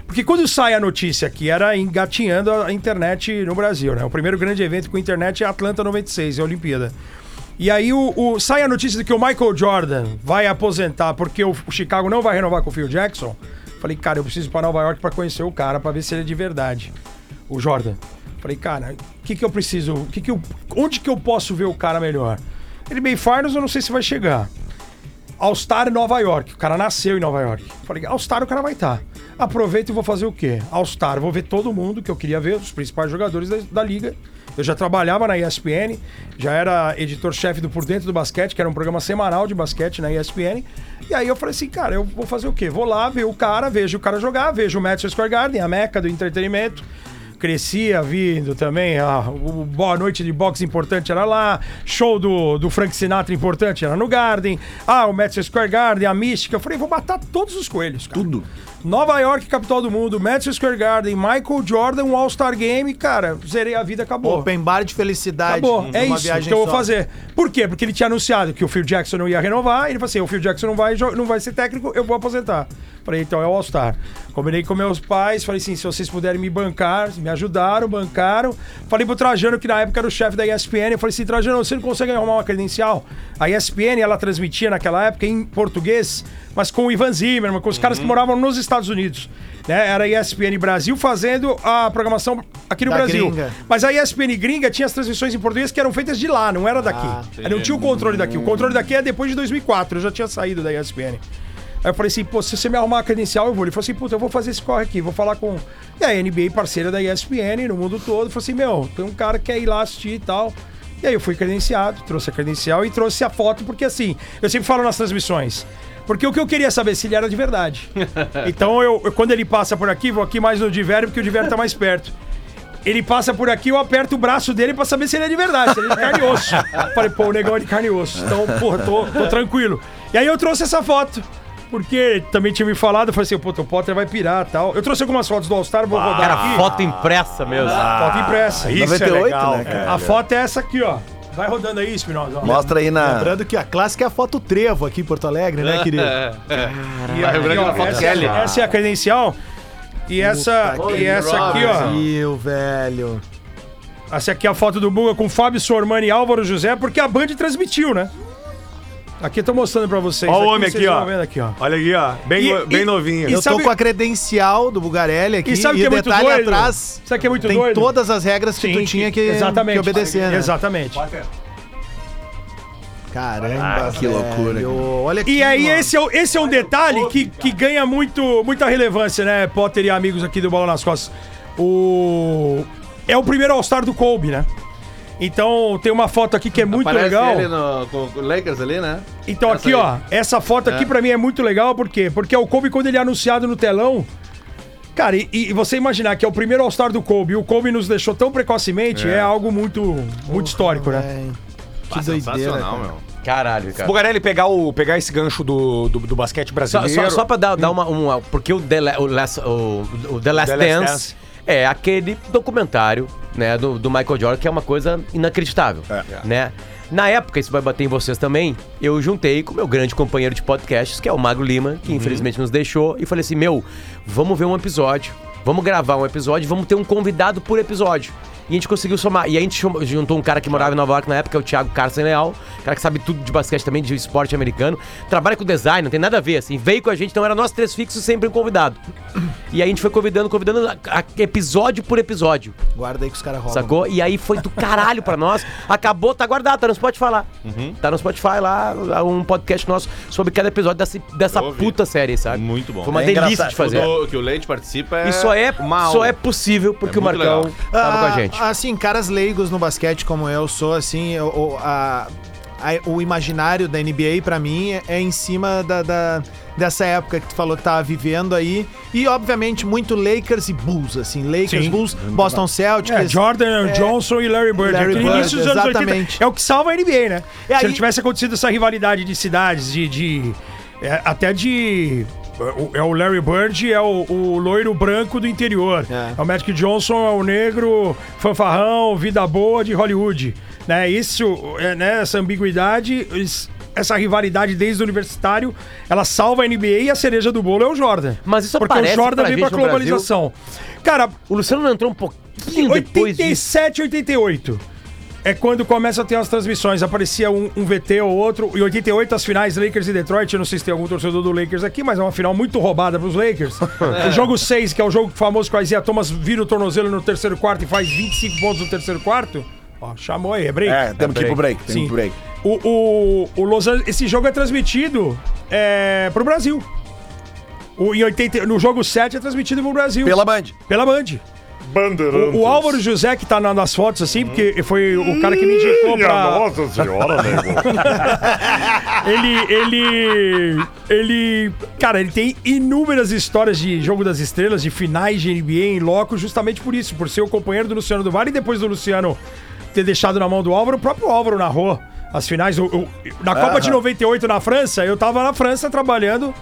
Porque quando sai a notícia que era engatinhando a internet no Brasil, né? O primeiro grande evento com internet é Atlanta 96, é a Olimpíada. E aí o, o- sai a notícia de que o Michael Jordan vai aposentar porque o Chicago não vai renovar com o Phil Jackson. Falei, cara, eu preciso ir pra Nova York pra conhecer o cara, pra ver se ele é de verdade. O Jordan. Falei, cara, o que que eu preciso? O que que eu, onde que eu posso ver o cara melhor? Ele bem Finals, eu não sei se vai chegar. All Star Nova York. O cara nasceu em Nova York. Falei, All Star o cara vai estar. Aproveito e vou fazer o quê? All Star, vou ver todo mundo que eu queria ver, os principais jogadores da, da liga. Eu já trabalhava na ESPN, já era editor-chefe do Por Dentro do Basquete, que era um programa semanal de basquete na ESPN. E aí eu falei assim, cara, eu vou fazer o quê? Vou lá ver o cara, vejo o cara jogar, vejo o Madison Square Garden, a meca do entretenimento crescia vindo também. A, o Boa Noite de Boxe importante era lá. Show do, do Frank Sinatra importante era no Garden. Ah, o Madison Square Garden, a Mística. Eu falei, vou matar todos os coelhos, cara. Tudo. Nova York, capital do mundo, Madison Square Garden, Michael Jordan, um All-Star Game, cara, zerei a vida, acabou. Open bar de felicidade. Acabou, é numa isso que eu vou só. fazer. Por quê? Porque ele tinha anunciado que o Phil Jackson não ia renovar. Ele falou assim: o Phil Jackson não vai, jo- não vai ser técnico, eu vou aposentar. Falei, então é o All-Star. Combinei com meus pais, falei assim: se vocês puderem me bancar, me ajudaram, bancaram. Falei pro Trajano, que na época era o chefe da ESPN, eu falei assim: Trajano, você não consegue arrumar uma credencial? A ESPN, ela transmitia naquela época em português, mas com o Ivan Zimmerman, com os caras Uhum. que moravam nos Estados Unidos. Né? Era a ESPN Brasil fazendo a programação aqui no Da Brasil. gringa. Mas a ESPN gringa tinha as transmissões em português que eram feitas de lá, não era daqui. Ah, Eu não tinha o controle daqui. O controle daqui é depois de 2004, eu já tinha saído da ESPN. Aí eu falei assim, pô, se você me arrumar a credencial, eu vou. Ele falou assim, puta, eu vou fazer esse corre aqui, vou falar com... E a NBA parceira da ESPN no mundo todo, falou assim, meu, tem um cara que quer ir lá assistir e tal. E aí eu fui credenciado, trouxe a credencial e trouxe a foto, porque assim, eu sempre falo nas transmissões, porque o que eu queria saber é se ele era de verdade. Então eu, eu- quando ele passa por aqui, vou aqui mais no Diverio, porque o Diverio tá mais perto. Ele passa por aqui, eu aperto o braço dele pra saber se ele é de verdade, se ele é de carne e osso. Falei, pô, o negão é de carne e osso. Então, porra, tô, tô tranquilo. E aí eu trouxe essa foto. Porque também tinha me falado, eu falei assim, pô, o Potter vai pirar e tal. Eu trouxe algumas fotos do All-Star, vou rodar aqui. Foto impressa mesmo. Ah, Foto impressa. Isso. é 98, legal, né, cara? A foto é essa aqui, ó. Vai rodando aí, Espinosa. ó. Mostra aí na. Lembrando que a clássica é a foto trevo aqui em Porto Alegre, É. né, querido? E aqui, ó, essa, essa é a credencial. E essa, e essa aqui, ó. Brasil, velho. Essa aqui é a foto do Buga com Fábio Sormani e Álvaro José, porque a Band transmitiu, né? Aqui eu tô mostrando pra vocês. Ó o homem vocês aqui, ó. estão vendo aqui, ó. Olha aqui, ó. Bem, E- bem e- novinho. e Eu sabe- tô com a credencial do Bugarelli aqui E sabe o que é o muito detalhe doido? atrás Sabe o que é muito tem doido? todas as regras que tu tinha que, exatamente, que obedecer, né? Exatamente. Caramba, Ah, que loucura. Olha aqui, E aí, mano. esse é, o- esse é um detalhe que, que ganha muito, muita relevância, né, Potter e amigos aqui do Bola nas Costas. O... É o primeiro All-Star do Kobe, né? Então, tem uma foto aqui que é muito Aparece legal. ele no, com com o Lakers ali, né? Então Essa aqui, aí. ó, essa foto aqui pra mim é muito legal, por quê? Porque o Kobe, quando ele é anunciado no telão, cara, e, e você imaginar que é o primeiro All-Star do Kobe, e o Kobe nos deixou tão precocemente, é, algo muito, muito histórico, né? Véi, É, Que Ah, doideira. sensacional, cara. meu. Caralho, cara. Bugarelli pegar, o, pegar esse gancho do, do, do basquete Só, brasileiro. só, só pra dar, dar uma, uma- Porque o The, La- o Last, o, o The Last The Last Dance, Dance. é aquele documentário né, do, do Michael Jordan que é uma coisa inacreditável. É. Né? Na época, isso vai bater em vocês também, eu juntei com meu grande companheiro de podcasts, que é o Magro Lima, Uhum. que infelizmente nos deixou, e falei assim: meu, vamos ver um episódio, vamos gravar um episódio, vamos ter um convidado por episódio. E a gente conseguiu somar. E a gente chama- juntou um cara que morava em Nova York na época, que é o Thiago Carson Leal, cara que sabe tudo de basquete também, de esporte americano. Trabalha com design, não tem nada a ver, assim. Veio com a gente, então era nós três fixos, sempre um convidado. E aí a gente foi convidando, convidando a- a- episódio por episódio. Guarda aí que os caras roubam. Sacou? E aí foi do caralho pra nós. Acabou, tá guardado, tá no Spotify lá. Uhum. Tá no Spotify lá, lá, um podcast nosso sobre cada episódio dessa, dessa Eu ouvi. puta série, sabe? Muito bom. Tá. Foi uma É delícia engraçado. de fazer. O do- que o Leite participa é. E só é, mal. só é possível porque É o muito Marcão legal. tava com a Ah, gente. Assim, caras leigos no basquete como eu sou, assim, eu- eu- a- a- o imaginário da NBA pra mim é, é em cima da, da- dessa época que tu falou que tava vivendo aí. E, obviamente, muito Lakers e Bulls, assim. Lakers, Sim. Bulls, Boston Celtics. É, Jordan, É. Johnson e Larry Bird. Larry Aquele Bird, início dos anos 80 exatamente. é o que salva a NBA, né? E Se aí- não tivesse acontecido essa rivalidade de cidades, de. de- é, até de. É o- é o Larry Bird, é o, o loiro branco do interior. É. É. o Magic Johnson, é o negro fanfarrão, vida boa de Hollywood. Né? Isso, é, né? essa ambiguidade, es- essa rivalidade desde o universitário, ela salva a NBA e a cereja do bolo é o Jordan. Mas isso Porque aparece o Jordan pra veio gente pra no Brasil? globalização. Cara, O Luciano não entrou um pouquinho depois disso. 87, 88. É quando começa a ter as transmissões. Aparecia um, um VT ou outro. Em 88, as finais Lakers e Detroit. Eu não sei se tem algum torcedor do Lakers aqui, mas é uma final muito roubada pros Lakers. O jogo 6, que é o jogo famoso que o Isaiah Thomas vira o tornozelo no terceiro quarto e faz 25 pontos no terceiro quarto. Ó, chamou aí, é break. É, temos que ir pro break. Temos que ir Sim. pro break. O, o, o Los Angeles, esse jogo é transmitido é, pro Brasil. O, em 80, no jogo 7 é transmitido pro Brasil. Pela Band. Pela Band. O, o Álvaro José, que tá na- nas fotos assim, porque foi o cara que me indicou pra. Nossa senhora, nego. ele, ele. Ele. Cara, ele tem inúmeras histórias de jogo das estrelas, de finais de NBA em loco, justamente por isso, por ser o companheiro do Luciano do Vale e depois do Luciano ter deixado na mão do Álvaro, o próprio Álvaro narrou. As finais, eu- eu- na Copa de 98 na França, eu tava na França trabalhando,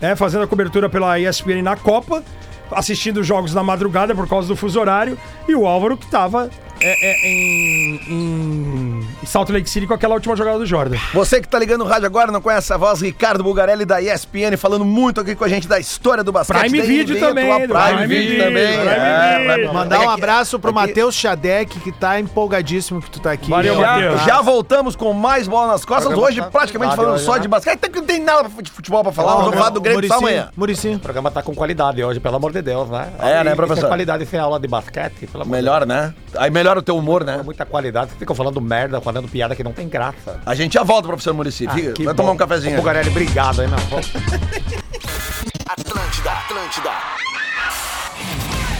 né, fazendo a cobertura pela ESPN na Copa assistindo os jogos na madrugada por causa do fuso horário e o Álvaro que tava é, é, em, em Salt Lake City com aquela última jogada do Jordan. Você que tá ligando o rádio agora, não conhece a voz, Ricardo Bugarelli da ESPN, falando muito aqui com a gente da história do basquete. Prime da Video NBA também, atual, do Prime, Prime Video Video, também. Prime é, Video. Prime- Mandar um Aqui- abraço pro aqui- Matheus Shadek, que tá empolgadíssimo que tu tá aqui. Valeu, Já- Já, Matheus. já voltamos com mais bola nas costas. Programa Hoje, tá- praticamente tá, falando deu, só né? de basquete. Até que não tem nada de futebol pra falar. Ó, Nós vamos falar do Grêmio só Muricy, amanhã. Muricy. O programa tá com qualidade hoje, pelo amor de Deus, né? É, né, Isso professor? qualidade, isso é aula de basquete, pelo amor Melhor, né? Aí melhora o teu humor, de Deus. né? Muita qualidade. Ficam falando merda, falando piada que não tem graça. A gente já volta, professor Murici. Ah, Fica- que Vai tomar bom. um cafezinho. Ô, Bugarelli, obrigado, hein, meu. Atlântida, Atlântida.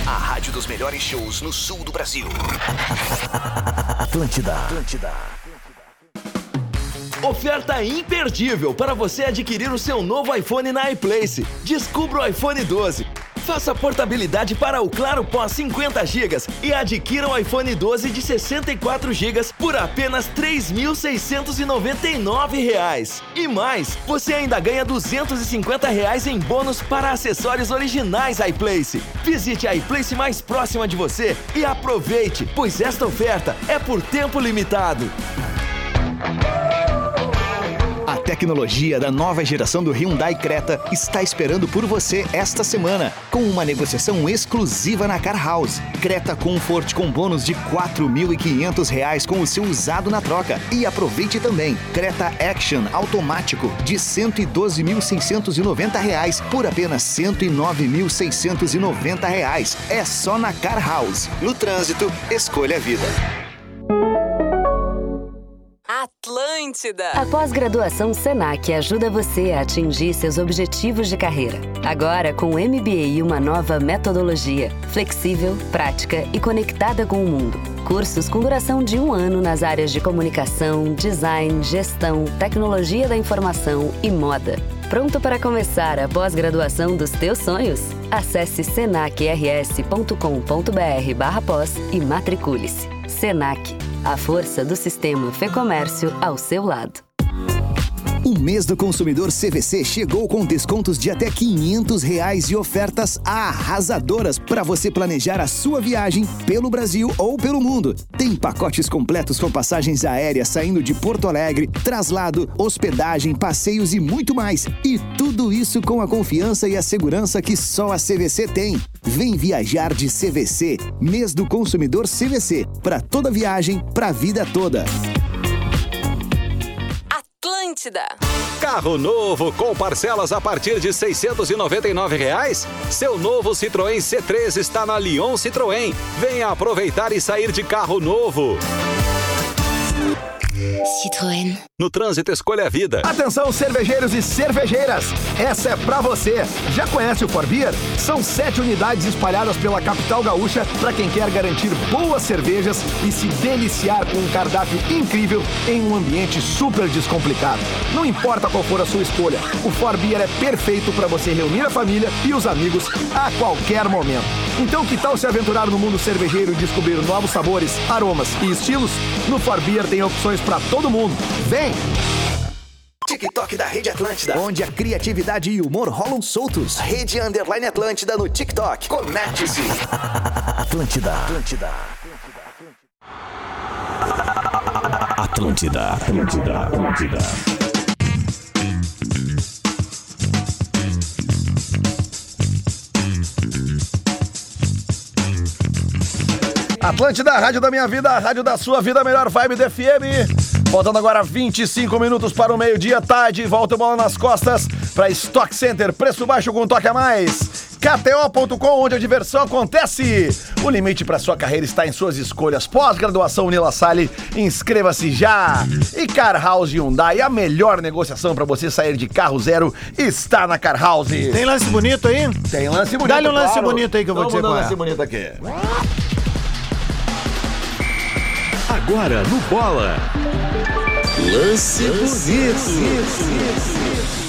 A rádio dos melhores shows no sul do Brasil. Atlântida, Atlântida. Oferta imperdível para você adquirir o seu novo iPhone na iPlace. Descubra o iPhone 12. Faça portabilidade para o Claro Pós 50 GB e adquira o iPhone 12 de 64 GB por apenas R$ 3.699. E mais, você ainda ganha R$ 250 reais em bônus para acessórios originais iPlace. Visite a iPlace mais próxima de você e aproveite, pois esta oferta é por tempo limitado. A tecnologia da nova geração do Hyundai Creta está esperando por você esta semana, com uma negociação exclusiva na Car House. Creta Comfort com bônus de R$ 4.500 reais com o seu usado na troca. E aproveite também Creta Action automático de R$ 112.690 reais por apenas R$ 109.690. reais. É só na Car House. No trânsito, escolha a vida. Atlântida. A pós-graduação Senac ajuda você a atingir seus objetivos de carreira. Agora com o MBA e uma nova metodologia, flexível, prática e conectada com o mundo. Cursos com duração de um ano nas áreas de comunicação, design, gestão, tecnologia da informação e moda. Pronto para começar a pós-graduação dos teus sonhos? Acesse senacrs.com.br barra pós e matricule-se. Senac, a força do sistema Fê Comércio ao seu lado. O mês do consumidor CVC chegou com descontos de até R$ 500 reais e ofertas arrasadoras para você planejar a sua viagem pelo Brasil ou pelo mundo. Tem pacotes completos com passagens aéreas saindo de Porto Alegre, traslado, hospedagem, passeios e muito mais. E tudo isso com a confiança e a segurança que só a CVC tem. Vem viajar de CVC, mês do consumidor CVC, para toda viagem, para a vida toda. Atlântida. Carro novo com parcelas a partir de R$ 699. Reais? Seu novo Citroën C3 está na Lyon Citroën. Venha aproveitar e sair de carro novo. Citroën. No trânsito escolha a vida. Atenção, cervejeiros e cervejeiras! Essa é pra você! Já conhece o Forbier? São sete unidades espalhadas pela capital gaúcha para quem quer garantir boas cervejas e se deliciar com um cardápio incrível em um ambiente super descomplicado. Não importa qual for a sua escolha, o Forbier é perfeito para você reunir a família e os amigos a qualquer momento. Então, que tal se aventurar no mundo cervejeiro e descobrir novos sabores, aromas e estilos? No Forbier tem opções para todo mundo. Vem! TikTok da Rede Atlântida, onde a criatividade e o humor rolam soltos. Rede Underline Atlântida no TikTok. Conecte-se. Atlântida. Atlântida. Atlântida, Atlântida, Atlântida. Atlântida, rádio da minha vida, a rádio da sua vida, a melhor vibe do FM. Voltando agora 25 minutos para o meio-dia, tarde, volta o bola nas costas para Stock Center, preço baixo com um toque a mais. KTO.com, onde a diversão acontece. O limite para sua carreira está em suas escolhas. Pós-graduação Unila Salle, inscreva-se já. E Car House Hyundai, a melhor negociação para você sair de carro zero está na Car House. Tem lance bonito aí? Tem lance bonito. Dá-lhe um lance bonito aí que eu vou Vamos dizer dar um qual é. lance bonito aqui. Agora no Bola. Lance bonito.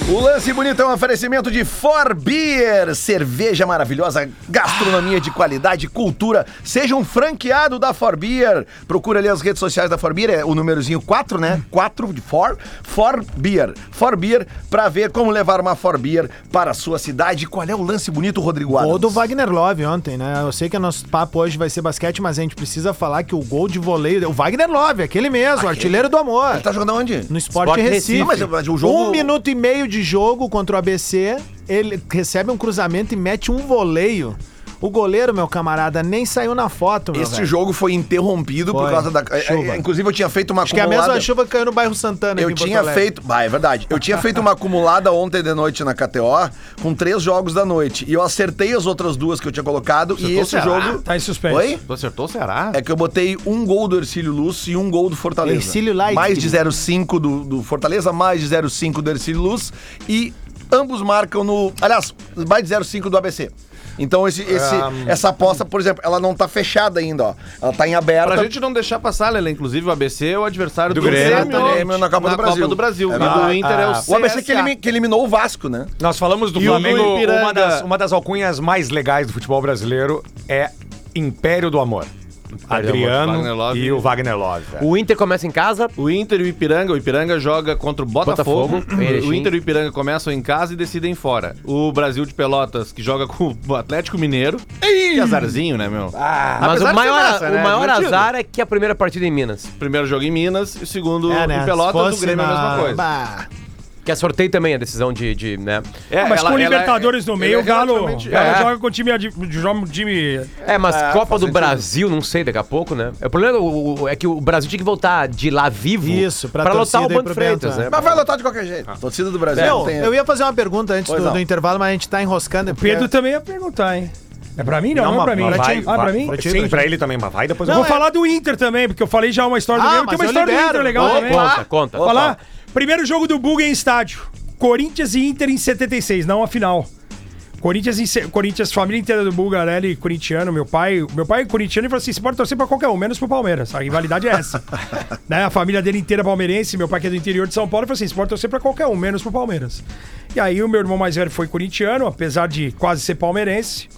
O lance bonito é um oferecimento de For Beer, cerveja maravilhosa, gastronomia de qualidade, cultura. Seja um franqueado da For Beer. Procura ali as redes sociais da For Beer, é o númerozinho 4, né? 4 de For, For Beer. For Beer para ver como levar uma For Beer para a sua cidade. Qual é o lance bonito, Rodrigo Adams? Gol do Wagner Love ontem, né? Eu sei que o nosso papo hoje vai ser basquete, mas a gente precisa falar que o gol de voleio. O Wagner Love, aquele mesmo, artilheiro do amor. Ele tá jogando onde? No Sport, Sport Recife. Recife. Mas, mas o jogo- Um minuto e meio de jogo contra o ABC, ele recebe um cruzamento e mete um voleio. O goleiro, meu camarada, nem saiu na foto, meu Este velho. jogo foi interrompido por Foi. causa da. é, Chuva. é, Inclusive, eu tinha feito uma Acho que é a mesma acumulada. chuva que caiu no bairro Santana. Eu aqui em Porto tinha Alegre. feito. Bah, é verdade. Eu tinha feito uma acumulada ontem de noite na KTO com três jogos da noite. E eu acertei as outras duas que eu tinha colocado. e esse Acertou o Ceará? jogo. Tá em suspense. Oi? Tu acertou, será? É que eu botei um gol do Ercílio Lúcio e um gol do Fortaleza. Ercílio Light, Mais de querido. 0,5 do, do Fortaleza, mais de 0,5 do Ercílio Luz. E ambos marcam no. Aliás, mais de 0,5 do ABC. Então, esse, esse- Ah. essa aposta, por exemplo, ela não tá fechada ainda, ó. Ela tá em aberta. Pra gente não deixar passar, Lele, inclusive o ABC é o adversário do, Exatamente. na Copa do Brasil. Brasil. É E do verdade. Inter é o O ABC que, CSA. elimi- que eliminou o Vasco, né? Nós falamos do E o Flamengo. do Ipiranga. Uma das, uma das alcunhas mais legais do futebol brasileiro é Império do Amor. Adriano Wagner Love. e o Wagner Love. velho. O Inter começa em casa? O Inter e o Ipiranga. O Ipiranga joga contra o Botafogo. Botafogo, em Erechim. o Inter e o Ipiranga começam em casa e decidem fora. O Brasil de Pelotas, que joga com o Atlético Mineiro. Que azarzinho, né, meu? Mas Apesar o de ser maior, massa, né? o maior Divertido. azar é que a primeira partida é em Minas. Primeiro jogo em Minas, e o segundo É, né? em Se Pelotas, o fosse Grêmio é a na- mesma coisa. Bah. Que é sorteio também a decisão de. de né? É, Ah, mas ela- com o ela- Libertadores no ela meio, é o Galo, relativamente- o Galo é. joga com o time. adi- joga com o time É, mas Ah, Copa faz do sentido. Brasil, não sei, daqui a pouco, né? O problema é o- o- é que o Brasil tinha que voltar de lá vivo Isso, pra lotar torcida o ir Banco pro Freitas, Bento, né? né? Mas vai lotar de qualquer jeito. Ah. Torcida do Brasil. Meu, não É, tem- eu ia fazer uma pergunta antes Pois do, não. do intervalo, mas a gente tá enroscando. é porque- Pedro também ia perguntar, hein? É pra mim? Não, não, Não, é pra mas mim. vai, Pra ti? ah, vai, pra mim? pra ti, Sim, pra pra ti. ele também, mas vai depois eu eu vou vou- falar do Inter também, porque eu falei já uma história é- Ah, do Grêmio. Tem mas uma eu história do libero. Inter legal Opa, também. conta, conta. Vou falar. Opa. Primeiro jogo do Bug em estádio. Corinthians e Inter em 76, não a final. Corinthians, em se- Corinthians, família inteira do Bulgarelli, corintiano, meu pai. Meu pai é corintiano e falou assim: você pode torcer pra qualquer um, menos pro Palmeiras. A rivalidade é essa. né? A família dele inteira é palmeirense, meu pai que é do interior de São Paulo, falou assim: você pode torcer pra qualquer um, menos pro Palmeiras. E aí o meu irmão mais velho foi corintiano, apesar de quase ser palmeirense,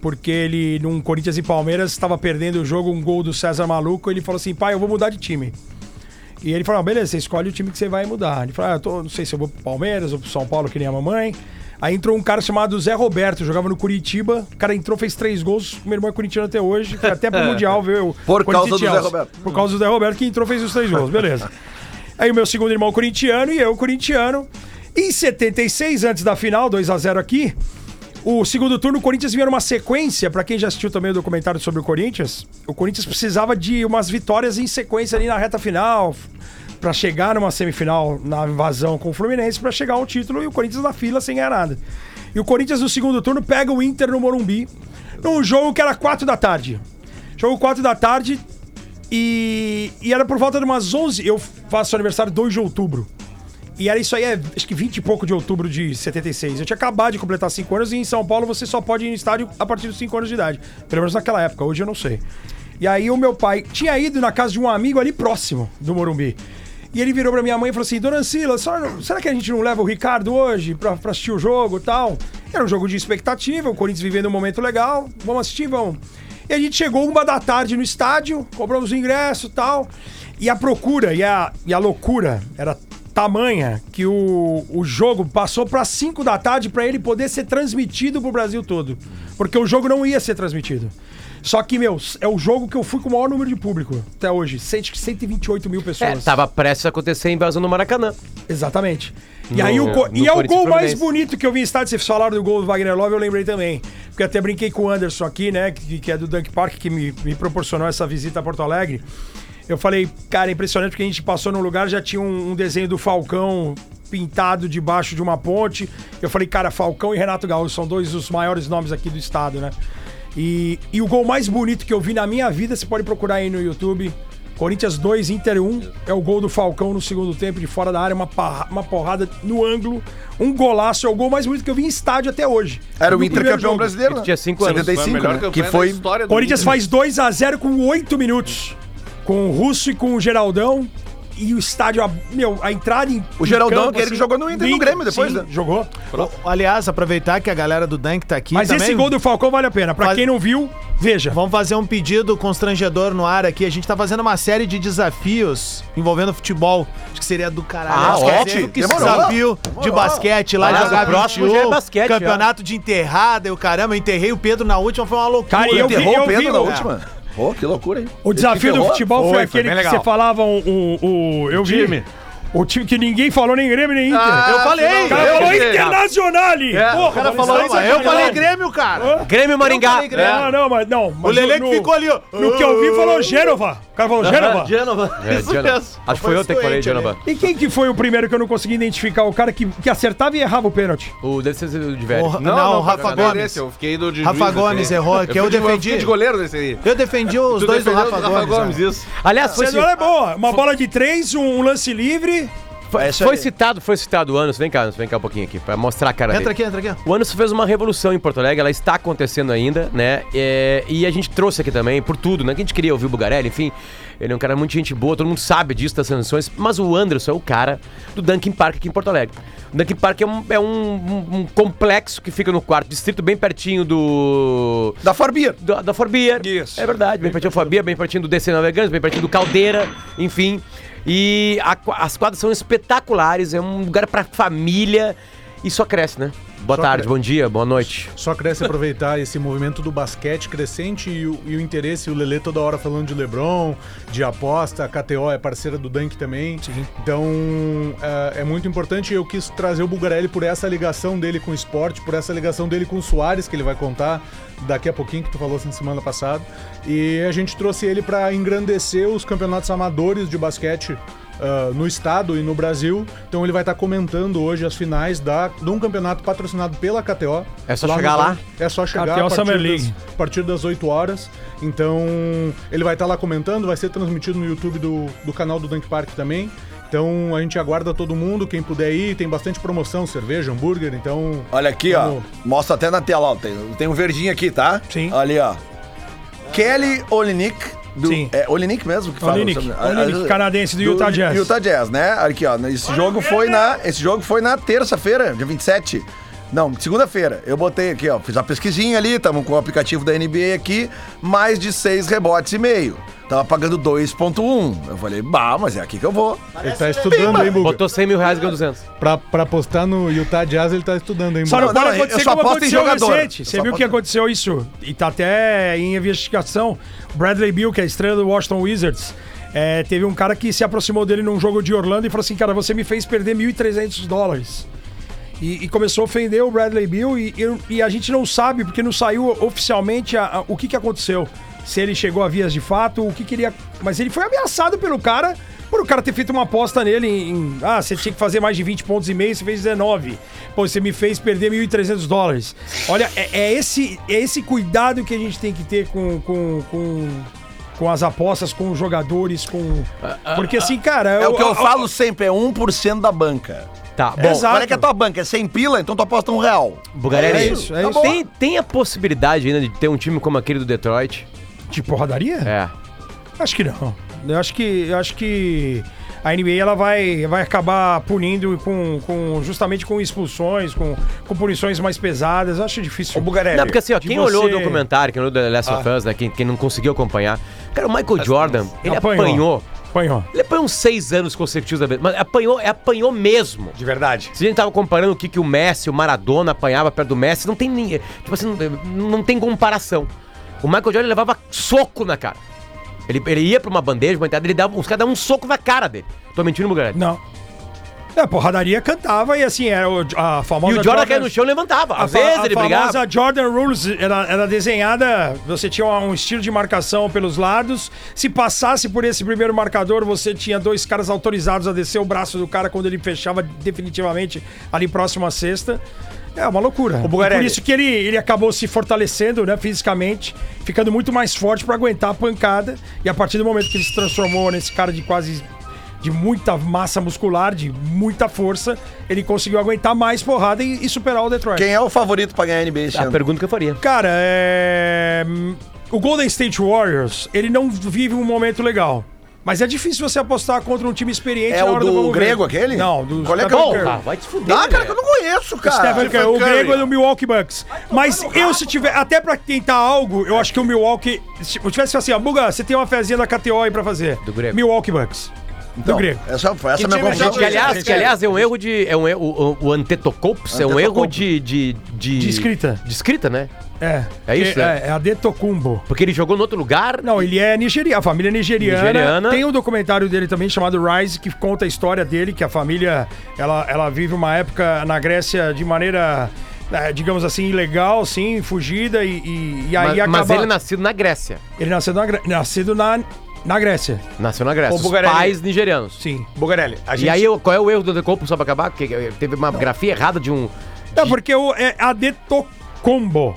porque ele, num Corinthians e Palmeiras, estava perdendo o jogo, um gol do César Maluco, ele falou assim: pai, eu vou mudar de time. E ele falou: ah, beleza, você escolhe o time que você vai mudar. Ele falou: ah, eu tô, não sei se eu vou pro Palmeiras ou pro São Paulo, que nem a mamãe. Aí entrou um cara chamado Zé Roberto, jogava no Curitiba. O cara entrou, fez três gols. Meu irmão é corintiano até hoje, foi até pro Mundial, viu? Por causa Corinthians e do Zé Chelsea. Roberto. Por causa do Zé Roberto, que entrou, fez os três gols, beleza. Aí o meu segundo irmão corintiano e eu corintiano. Em 76, antes da final, 2 a 0 aqui, o segundo turno, o Corinthians vinha numa sequência. Pra quem já assistiu também o documentário sobre o Corinthians, o Corinthians precisava de umas vitórias em sequência ali na reta final. pra chegar numa semifinal na invasão com o Fluminense, pra chegar ao título e o Corinthians na fila sem ganhar nada. E o Corinthians no segundo turno pega o Inter no Morumbi, num jogo que era 4 da tarde. Jogo 4 da tarde e, e era por volta de umas 11. Eu faço aniversário 2 de outubro. E era isso aí, é, acho que 20 e pouco de outubro de 76. Eu tinha acabado de completar 5 anos e em São Paulo você só pode ir no estádio a partir dos 5 anos de idade. Pelo menos naquela época, hoje eu não sei. E aí o meu pai tinha ido na casa de um amigo ali próximo do Morumbi. E ele virou pra minha mãe e falou assim: Dona Ancila, só- será que a gente não leva o Ricardo hoje pra, pra assistir o jogo e tal? Era um jogo de expectativa, o Corinthians vivendo um momento legal. Vamos assistir, vamos. E a gente chegou uma da tarde no estádio, compramos o ingresso e tal. E a procura e a, e a loucura era tamanha que o, o jogo passou para 5 da tarde para ele poder ser transmitido pro Brasil todo. Porque o jogo não ia ser transmitido. Só que, meu, é o jogo que eu fui com o maior número de público até hoje. Cento- 128 mil pessoas. É, tava prestes a acontecer a invasão no Maracanã. Exatamente. E No- aí o co- no e é o Corinthians um gol mais Fluminense. bonito que eu vi em estádio. Vocês falaram do gol do Wagner Love, eu lembrei também. Porque até brinquei com o Anderson aqui, né? Que, que é do Dunk Park, que me, me proporcionou essa visita a Porto Alegre. Eu falei, cara, é impressionante porque a gente passou num lugar, já tinha um, um desenho do Falcão pintado debaixo de uma ponte. Eu falei, cara, Falcão e Renato Gaúcho são dois dos maiores nomes aqui do estado, né? E, e o gol mais bonito que eu vi na minha vida, você pode procurar aí no YouTube. Corinthians 2, Inter 1. É o gol do Falcão no segundo tempo, de fora da área, uma, parra- uma porrada no ângulo. Um golaço, é o gol mais bonito que eu vi em estádio até hoje. Era o No Inter primeiro campeão brasileiro, né? Tinha cinco anos. 75, Foi a melhor né? campanha Que foi- da história do Corinthians Inter. faz 2 a 0 com 8 minutos. Com o Russo e com o Geraldão. E o estádio, a- meu, a entrada em. O Geraldão, aquele assim. que jogou no Inter e no Grêmio depois, né? Jogou. Aliás, aproveitar que a galera do Dunk tá aqui. Mas também. esse gol do Falcão vale a pena. Pra Faz- quem não viu, veja. Vamos fazer um pedido constrangedor no ar aqui. A gente tá fazendo uma série de desafios envolvendo futebol. Acho é que seria do caralho. Ah, Basquete, óbvio que Demorou. sim. Desafio de basquete lá, Aliás, jogar o próximo 21, já é basquete, campeonato de enterrada e o caramba. Eu enterrei o Pedro na última, foi uma loucura. Cara, eu vi- Errou eu o Pedro vi, na é. última. Ô, que loucura, hein? O desafio do Errou. futebol foi, Foi, foi aquele bem que legal. você falava o. o, o- eu vi. Time. O time que ninguém falou nem Grêmio nem Inter. Ah, Eu falei, O cara eu falou falei. Internacional! É, Porra, o cara mas falou, isso "Ah, aí eu é falei verdade. Grêmio, cara. Grêmio e Eu Maringá. falei Grêmio. Não, não, mas não. Mas Lelê no- que ficou ali, ó. No que eu vi, falou Gênova. O cara falou Gênova. É, Genova. Acho que foi ontem que falei, Genova. E quem que foi o primeiro que eu não consegui identificar? O cara que, que acertava e errava o pênalti. O deve ser o de velho. Porra, não, o Rafa cara, não é Gomes. desse, Eu fiquei do de Rafa juiz, Gomes né? assim. errou, que eu um fui de- defendi. fui de goleiro desse aí. Eu defendi os Tu dois do defendeu Rafa, Gomes. né? isso. Aliás, foi, Essa ci- agora é boa. Uma bola de três, um, um lance livre. foi, isso foi aí. citado, foi citado o Anos. Vem cá, Anos, vem cá um pouquinho aqui, pra mostrar a cara Entra dele. aqui, entra aqui. O Anderson fez uma revolução em Porto Alegre, ela está acontecendo ainda, né? É, e a gente trouxe aqui também, por tudo, né? Que a gente queria ouvir o Bugarelli, enfim. Ele é um cara muito gente boa, todo mundo sabe disso, das sanções. Mas o Anderson é o cara do Dunkin' Park aqui em Porto Alegre. O Dunkin' Park é, um, é um- um- um complexo que fica no quarto distrito, bem pertinho do... Da Forbia. Da, da Forbier. Isso. É verdade. Bem pertinho da Forbia, bem pertinho do DC Navegantes, bem pertinho do Caldeira, enfim. E a qua- as quadras são espetaculares, é um lugar pra família e só cresce, né? Boa Só tarde, cresce. bom dia, boa noite. Só cresce aproveitar esse movimento do basquete crescente e o, e o interesse, o Lelê toda hora falando de Lebron, de aposta, a KTO é parceira do Dunk também. Então é- é muito importante. Eu quis trazer o Bugarelli por essa ligação dele com o esporte, por essa ligação dele com o Soares, que ele vai contar daqui a pouquinho, que tu falou assim semana passada. E a gente trouxe ele para engrandecer os campeonatos amadores de basquete ah, no estado e no Brasil. Então ele vai estar comentando hoje as finais da, de um campeonato patrocinado pela KTO. É só chegar no- lá? É só chegar KTO Summer das, League. a partir das 8 horas. Então ele vai estar lá comentando, vai ser transmitido no YouTube do, do canal do Dunk Park também. Então a gente aguarda todo mundo, quem puder ir, tem bastante promoção, cerveja, hambúrguer, então. Olha aqui, ó. Vamos. Mostra até na tela, ó. Tem, tem um verdinho aqui, tá? Sim. Ali, ó. Kelly Olinick. Do, Sim. É Olinick mesmo que Ah, Olynyk, Olynyk, canadense do Utah Jazz. Utah Jazz, né? Aqui, ó. Esse jogo foi na, esse jogo foi na terça-feira, dia 27. Não, segunda-feira. Eu botei aqui, ó. Fiz uma pesquisinha ali, tamo com o aplicativo da NBA aqui. Mais de seis rebotes e meio. Tava pagando 2,1. Eu falei, bah, mas é aqui que eu vou. Ele tá estudando, hein, Buga? Botou 100 mil reais e ganhou 200. Pra, pra postar no Utah Jazz, ele tá estudando, hein, Só Buga? não pode não, eu acontecer só como aposto em aconteceu jogador. recente. Eu Você só viu que aposto- aconteceu isso? E tá até em investigação. Bradley Bill, que é a estrela do Washington Wizards, é, teve um cara que se aproximou dele num jogo de Orlando e falou assim, cara, você me fez perder 1.300 dólares. E, e começou a ofender o Bradley Bill e, e- e a gente não sabe, porque não saiu oficialmente a- a- o que, que aconteceu. Se ele chegou a vias de fato, o que queria. Mas ele foi ameaçado pelo cara Por o cara ter feito uma aposta nele em, em, Ah, você tinha que fazer mais de 20 pontos e meio, você fez 19. Pô, você me fez perder 1.300 dólares. Olha, é, é esse, é esse cuidado que a gente tem que ter com... com, com com as apostas, com os jogadores, com. Ah, Porque assim, cara. É o que eu falo sempre, é 1% da banca. Tá, Bom, bom. Olha que a tua banca é 100 pila, então tu aposta um real. Bugarelli, é isso, é isso. Tem, tem a possibilidade ainda de ter um time como aquele do Detroit? Tipo porradaria? É. Acho que não. Eu acho que, eu acho que a NBA ela vai, vai acabar punindo com, com, justamente com expulsões, com, com punições mais pesadas. Eu acho difícil. O Bugarelli. Não, porque assim, ó, quem olhou o documentário, quem olhou The Last of Us, né, quem, quem não conseguiu acompanhar, cara, o Michael Jordan, ele Apanhou. apanhou. Apanhou. Ele apanhou uns seis anos consecutivos da vez, mas apanhou, é apanhou mesmo. De verdade. Se a gente tava comparando o que, que o Messi, o Maradona apanhava perto do Messi, não tem nem, tipo assim, não, não tem comparação. O Michael Jordan levava soco na cara. Ele, ele ia pra uma bandeja, uma entrada, ele dava, os caras davam um soco na cara dele. Tô mentindo, Bugarelli? Não. É, a porradaria cantava e assim, era o- a famosa. E o Jordan caía no chão e levantava. Às fa- vezes ele A brigava. famosa Jordan Rules era, era desenhada, você tinha um estilo de marcação pelos lados. Se passasse por esse primeiro marcador, você tinha dois caras autorizados a descer o braço do cara quando ele fechava definitivamente ali próximo à cesta. É uma loucura. O E por Bugarelli. isso que ele, ele acabou se fortalecendo né, fisicamente, ficando muito mais forte pra aguentar a pancada. E a partir do momento que ele se transformou nesse cara de quase. de muita massa muscular, de muita força, ele conseguiu aguentar mais porrada e, e superar o Detroit. Quem é o favorito pra ganhar a NBA esse Ah, A pergunta que eu faria. Cara, é. hum, O Golden State Warriors, ele não vive um momento legal. Mas é difícil você apostar contra um time experiente É na o hora do, do vamos ver. grego aquele? Não, do Qual é que é o- Ah, vai te fuder, Ah, cara, que eu não conheço, cara. Stephen Curry, o Curry. grego é do Milwaukee Bucks. Mas eu, se tiver, até pra tentar algo, eu acho que o Milwaukee. Se eu tivesse assim, ó, Buga, você tem uma fezinha da KTO aí pra fazer. Do grego. Milwaukee Bucks. do Então, grego. Essa, essa é a Que, minha time- confusão. que, aliás, que, aliás, é um erro de. É um erro, o, o Antetokounmpo é um erro de. De, de, De escrita. De escrita, né? É. É isso, Que- né? É, é a Detocumbo. Porque ele jogou no outro lugar. Não, ele é nigeriano, a família é nigeriana. Nigeriana. Tem um documentário dele também chamado Rise, que conta a história dele, que a família ela, ela vive uma época na Grécia de maneira, eh, digamos assim, ilegal, sim, fugida, e, e, e aí mas, acaba. mas ele é nascido na Grécia. Ele nasceu na, Gré- nascido na, na Grécia. Nasceu na Grécia. Ô, Os Bugarelli. pais nigerianos. Sim. Bugarelli, a gente- E aí, qual é o erro do Antetokounmpo só pra acabar? Porque eh, teve uma grafia errada de um. É porque o, é Adetocombo.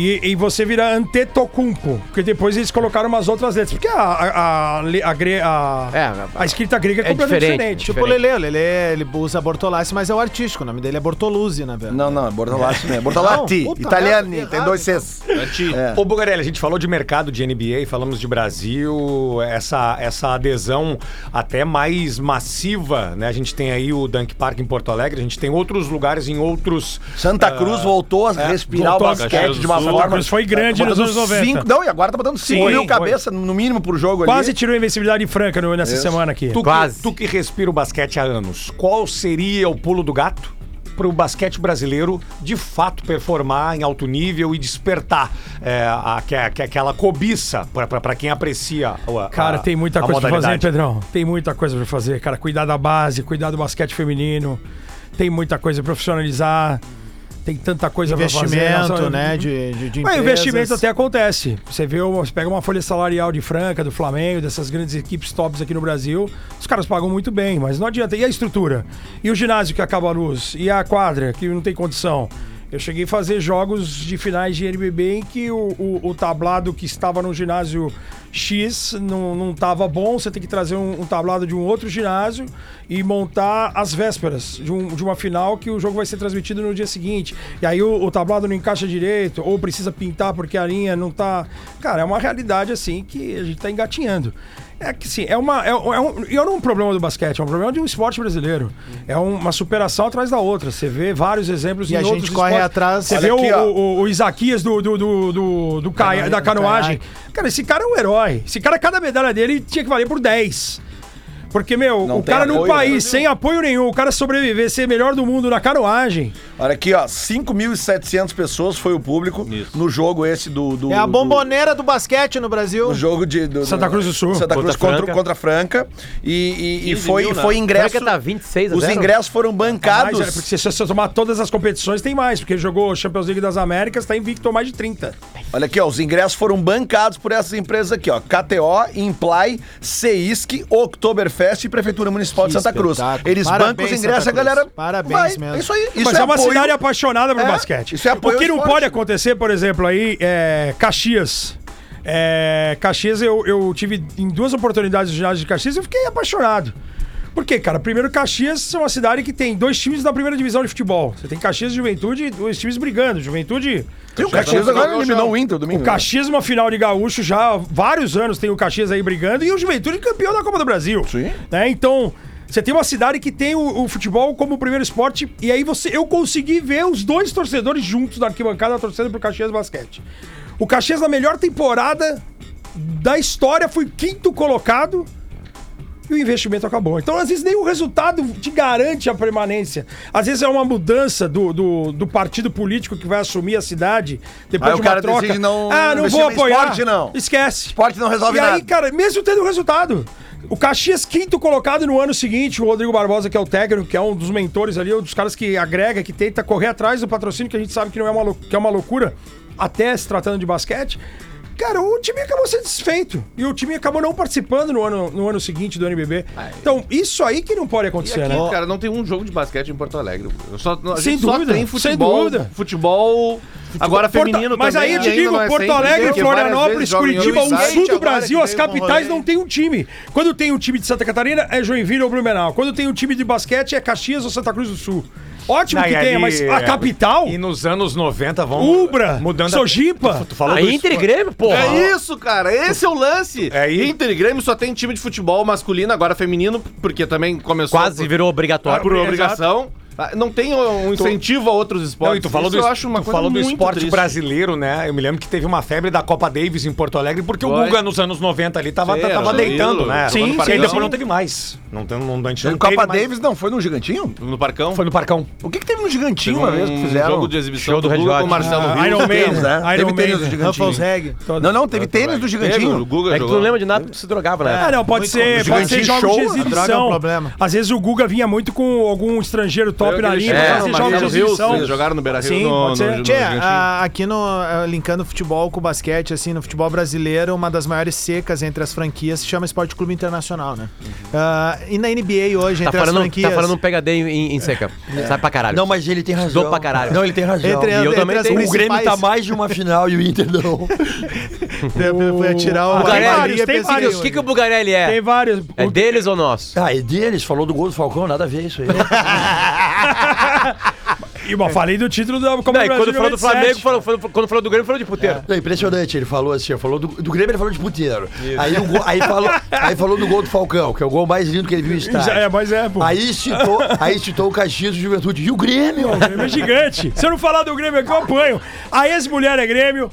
E, e você vira Antetocumpo. Porque depois eles colocaram umas outras letras. Porque a, a, a, le- a, gre- a, a escrita grega é, completamente diferente. Tipo o Lele, o Lele ele usa Bortolassi, mas é o artístico, o nome dele é Bortoluzzi, na verdade. Não, não, é Bortolassi mesmo. Bortolatti, Não, puta italiani, merda, que tem errado. dois Cs. É. Ô, Bugarelli, a gente falou de mercado de NBA, falamos de Brasil, essa, essa adesão até mais massiva, né? A gente tem aí o Dunk Park em Porto Alegre, a gente tem outros lugares em outros. Santa Cruz voltou a é, respirar voltou o a- basquete de uma Santa forma. Cruz foi grande é, Tá nos botando anos 90. cinco- não, e agora tá botando 5 Sim, mil foi. cabeça, no mínimo, pro jogo Quase ali. tirou a invencibilidade franca no- nessa Isso. semana aqui. Tu, Que, tu que respira o basquete há anos, qual seria o pulo do gato para o basquete brasileiro de fato performar em alto nível e despertar é, a- que- que- aquela cobiça para quem aprecia a, a- Cara, tem muita a coisa pra fazer, modalidade? Pedrão. Tem muita coisa pra fazer, cara. Cuidar da base, cuidar do basquete feminino. Tem muita coisa, profissionalizar. Tem tanta coisa pra fazer. Investimento, Nossa, né, de- de- de Mas empresas. investimento até acontece. Você vê, uma- você pega uma folha salarial de Franca, do Flamengo, dessas grandes equipes tops aqui no Brasil, os caras pagam muito bem, mas não adianta. E a estrutura? E o ginásio que acaba a luz? E a quadra, que não tem condição? Eu cheguei a fazer jogos de finais de NBB em que o, o- o tablado que estava no ginásio X não, não tava bom, você tem que trazer um, um tablado de um outro ginásio e montar as vésperas de, um- de uma final que o jogo vai ser transmitido no dia seguinte. E aí o, o tablado não encaixa direito, ou precisa pintar porque a linha não tá. Cara, é uma realidade assim que a gente tá engatinhando. É que sim, é uma. É, um- é um, e não é um problema do basquete, é um problema de um esporte brasileiro. É uma superação atrás da outra. Você vê vários exemplos E em a gente outros corre esportes. atrás- Você Olha vê o- aqui, ó. o, o, o Isaquias do, do, do, do- do caia- da canoagem. Cara, esse cara é um herói. Esse cara, cada medalha dele tinha que valer por 10. Porque, meu, Não o tem cara num apoio, né, país Brasil? sem apoio nenhum, o cara sobreviver, ser melhor do mundo na canoagem. Olha aqui, ó, 5.700 pessoas foi o público no jogo esse do... do É a do- bomboneira do basquete no Brasil. No jogo de do- Santa Cruz do Sul. Santa Contra Cruz contra Franca. contra, Franca e, e- e 15 foi mil, né? foi ingresso. Franca tá 26 a os zero. ingressos foram bancados. Ah, mas é, porque se você tomar todas as competições, tem mais. Porque ele jogou Champions League das Américas, tá invicto a mais de 30. Olha aqui, ó, os ingressos foram bancados por essas empresas aqui, ó. KTO, Imply, Seisc, Oktoberfest e Prefeitura Municipal de Que Santa Cruz. espetáculo. Eles Parabéns, bancam os Santa ingressos, a Cruz. galera. Parabéns vai. mesmo. É isso aí. Mas Isso é, uma apoio- cidade apaixonada por É, basquete. Isso é apoio o que ao não esporte. pode acontecer, por exemplo, aí é Caxias. É, Caxias, eu, eu tive em duas oportunidades no ginásio de Caxias eu fiquei apaixonado. Por quê, cara? Primeiro, Caxias é uma cidade que tem dois times da primeira divisão de futebol. Você tem Caxias e Juventude, e dois times brigando. Juventude. Tem o já Caxias contra- agora eliminou o Inter domingo. O né? Caxias, uma final de gaúcho, já há vários anos tem o Caxias aí brigando e o Juventude campeão da Copa do Brasil. Sim. Né? Então, você tem uma cidade que tem o, o futebol como primeiro esporte, e aí você eu consegui ver os dois torcedores juntos da arquibancada torcendo pro Caxias Basquete. O Caxias, na melhor temporada da história, foi quinto colocado e o investimento acabou. Então, às vezes, nem o resultado te garante a permanência. Às vezes é uma mudança do, do, do partido político que vai assumir a cidade depois Aí de o uma cara troca. decide não ah, não investir vou em apoiar. esporte, não. Esquece. Esporte não resolve e aí, nada. cara, mesmo tendo resultado. O Caxias, quinto colocado no ano seguinte, o Rodrigo Barbosa, que é o técnico, que é um dos mentores ali, um dos caras que agrega, que tenta correr atrás do patrocínio, que a gente sabe que não é uma, lou- que é uma loucura, até se tratando de basquete. Cara, o time acabou sendo desfeito. E o time acabou não participando no ano, no ano seguinte do NBB. Então, isso aí que não pode acontecer, aqui, né? cara, não tem um jogo de basquete em Porto Alegre. Eu só, a Sem gente só dúvida, tem sem futebol, dúvida. Futebol, agora Porto- feminino Mas também. aí eu te ainda digo, não é Porto sempre, Alegre, porque várias Florianópolis, vezes jogam em Curitiba, o Amazon. sul do Agora é Brasil, que as veio com o capitais rolê. não tem um time. Quando tem um time de Santa Catarina, é Joinville ou Blumenau. Quando tem um time de basquete, é Caxias ou Santa Cruz do Sul. Tipo, Ótimo que tenha, mas a capital... E nos anos 90 vão. Ubra, mudando a- Sojipa. Tu- tu Ah, falou A do Inter e esporte. Grêmio, porra. É isso, cara. Esse é o lance. É Inter e Grêmio só tem time de futebol masculino, agora feminino, porque também começou. Quase virou obrigatório. Por Exato. obrigação. Ah, Não tem um incentivo a outros esportes. Não, e tu falou, Isso do, eu acho uma tu coisa falou do muito esporte triste. brasileiro, né? Eu me lembro que teve uma febre da Copa Davis em Porto Alegre, porque o Foi. Guga nos anos 90 ali tava, Sim, tava era um deitando, ídolo, né? jogando no Sim, sim, Parcão. e depois não teve mais. Não, tem- não, a gente não O Copa teve mais. Davis não, foi no Gigantinho? No Parcão? Foi no Parcão. O que, que teve no Gigantinho Teve uma vez que um fizeram? jogo de exibição Show do do Red Guga Hot. com o Marcelo Ah, Rios. Iron Teve Man, tênis, né? né? Teve Iron tênis Man, do Gigantinho. Ruffles Reg. Não, não, teve tênis do Teve, Gigantinho. o Guga É que tu não lembra de nada porque tu se drogava, né? Ah, não, pode Muito ser, bom. pode ser Gigantinho jogos show, de a droga é exibição. um problema. Às vezes o Guga vinha muito com algum estrangeiro top Foi na aquele linha, pra fazer chute do Marcelo jogos de Rios, exibição. eles jogaram no Beira-Rio, Sim, no- pode ser. no- Tchê, Gigantinho. a- aqui no ah, linkando o futebol com o basquete, assim, no futebol brasileiro, uma das maiores secas entre as franquias se chama Esporte Clube Internacional, né? Ah, e na NBA hoje, Tá entre as falando, franquias. tá falando um PHD em, em seca. Sabe pra caralho. Não, mas ele tem razão. Dou pra caralho. Não, ele tem razão. Entre- e eu entre também as tenho. O principais- Grêmio tá mais de uma final e o Inter não. Foi atirar o Bugarelli. Maria Tem Ah, pensei- vários. O que, que o Bugarelli é? Tem vários. É deles ou nosso? Ah, é deles? Falou do gol do Falcão, nada a ver isso aí. E bom, falei do título da Não, Copa do e Brasil. quando falou do 97. Flamengo, falou, falou- quando falou do Grêmio, falou de puteiro. É impressionante, ele falou assim, falou do, do Grêmio, ele falou de puteiro. Aí, o gol- aí, falou, aí falou do gol do Falcão, que é o gol mais lindo que ele viu em estádio. É, mas é, pô. Aí citou, aí citou o Caxias do Juventude. E o Grêmio? O Grêmio é gigante. Se eu não falar do Grêmio aqui, eu apanho. A ex-mulher é Grêmio.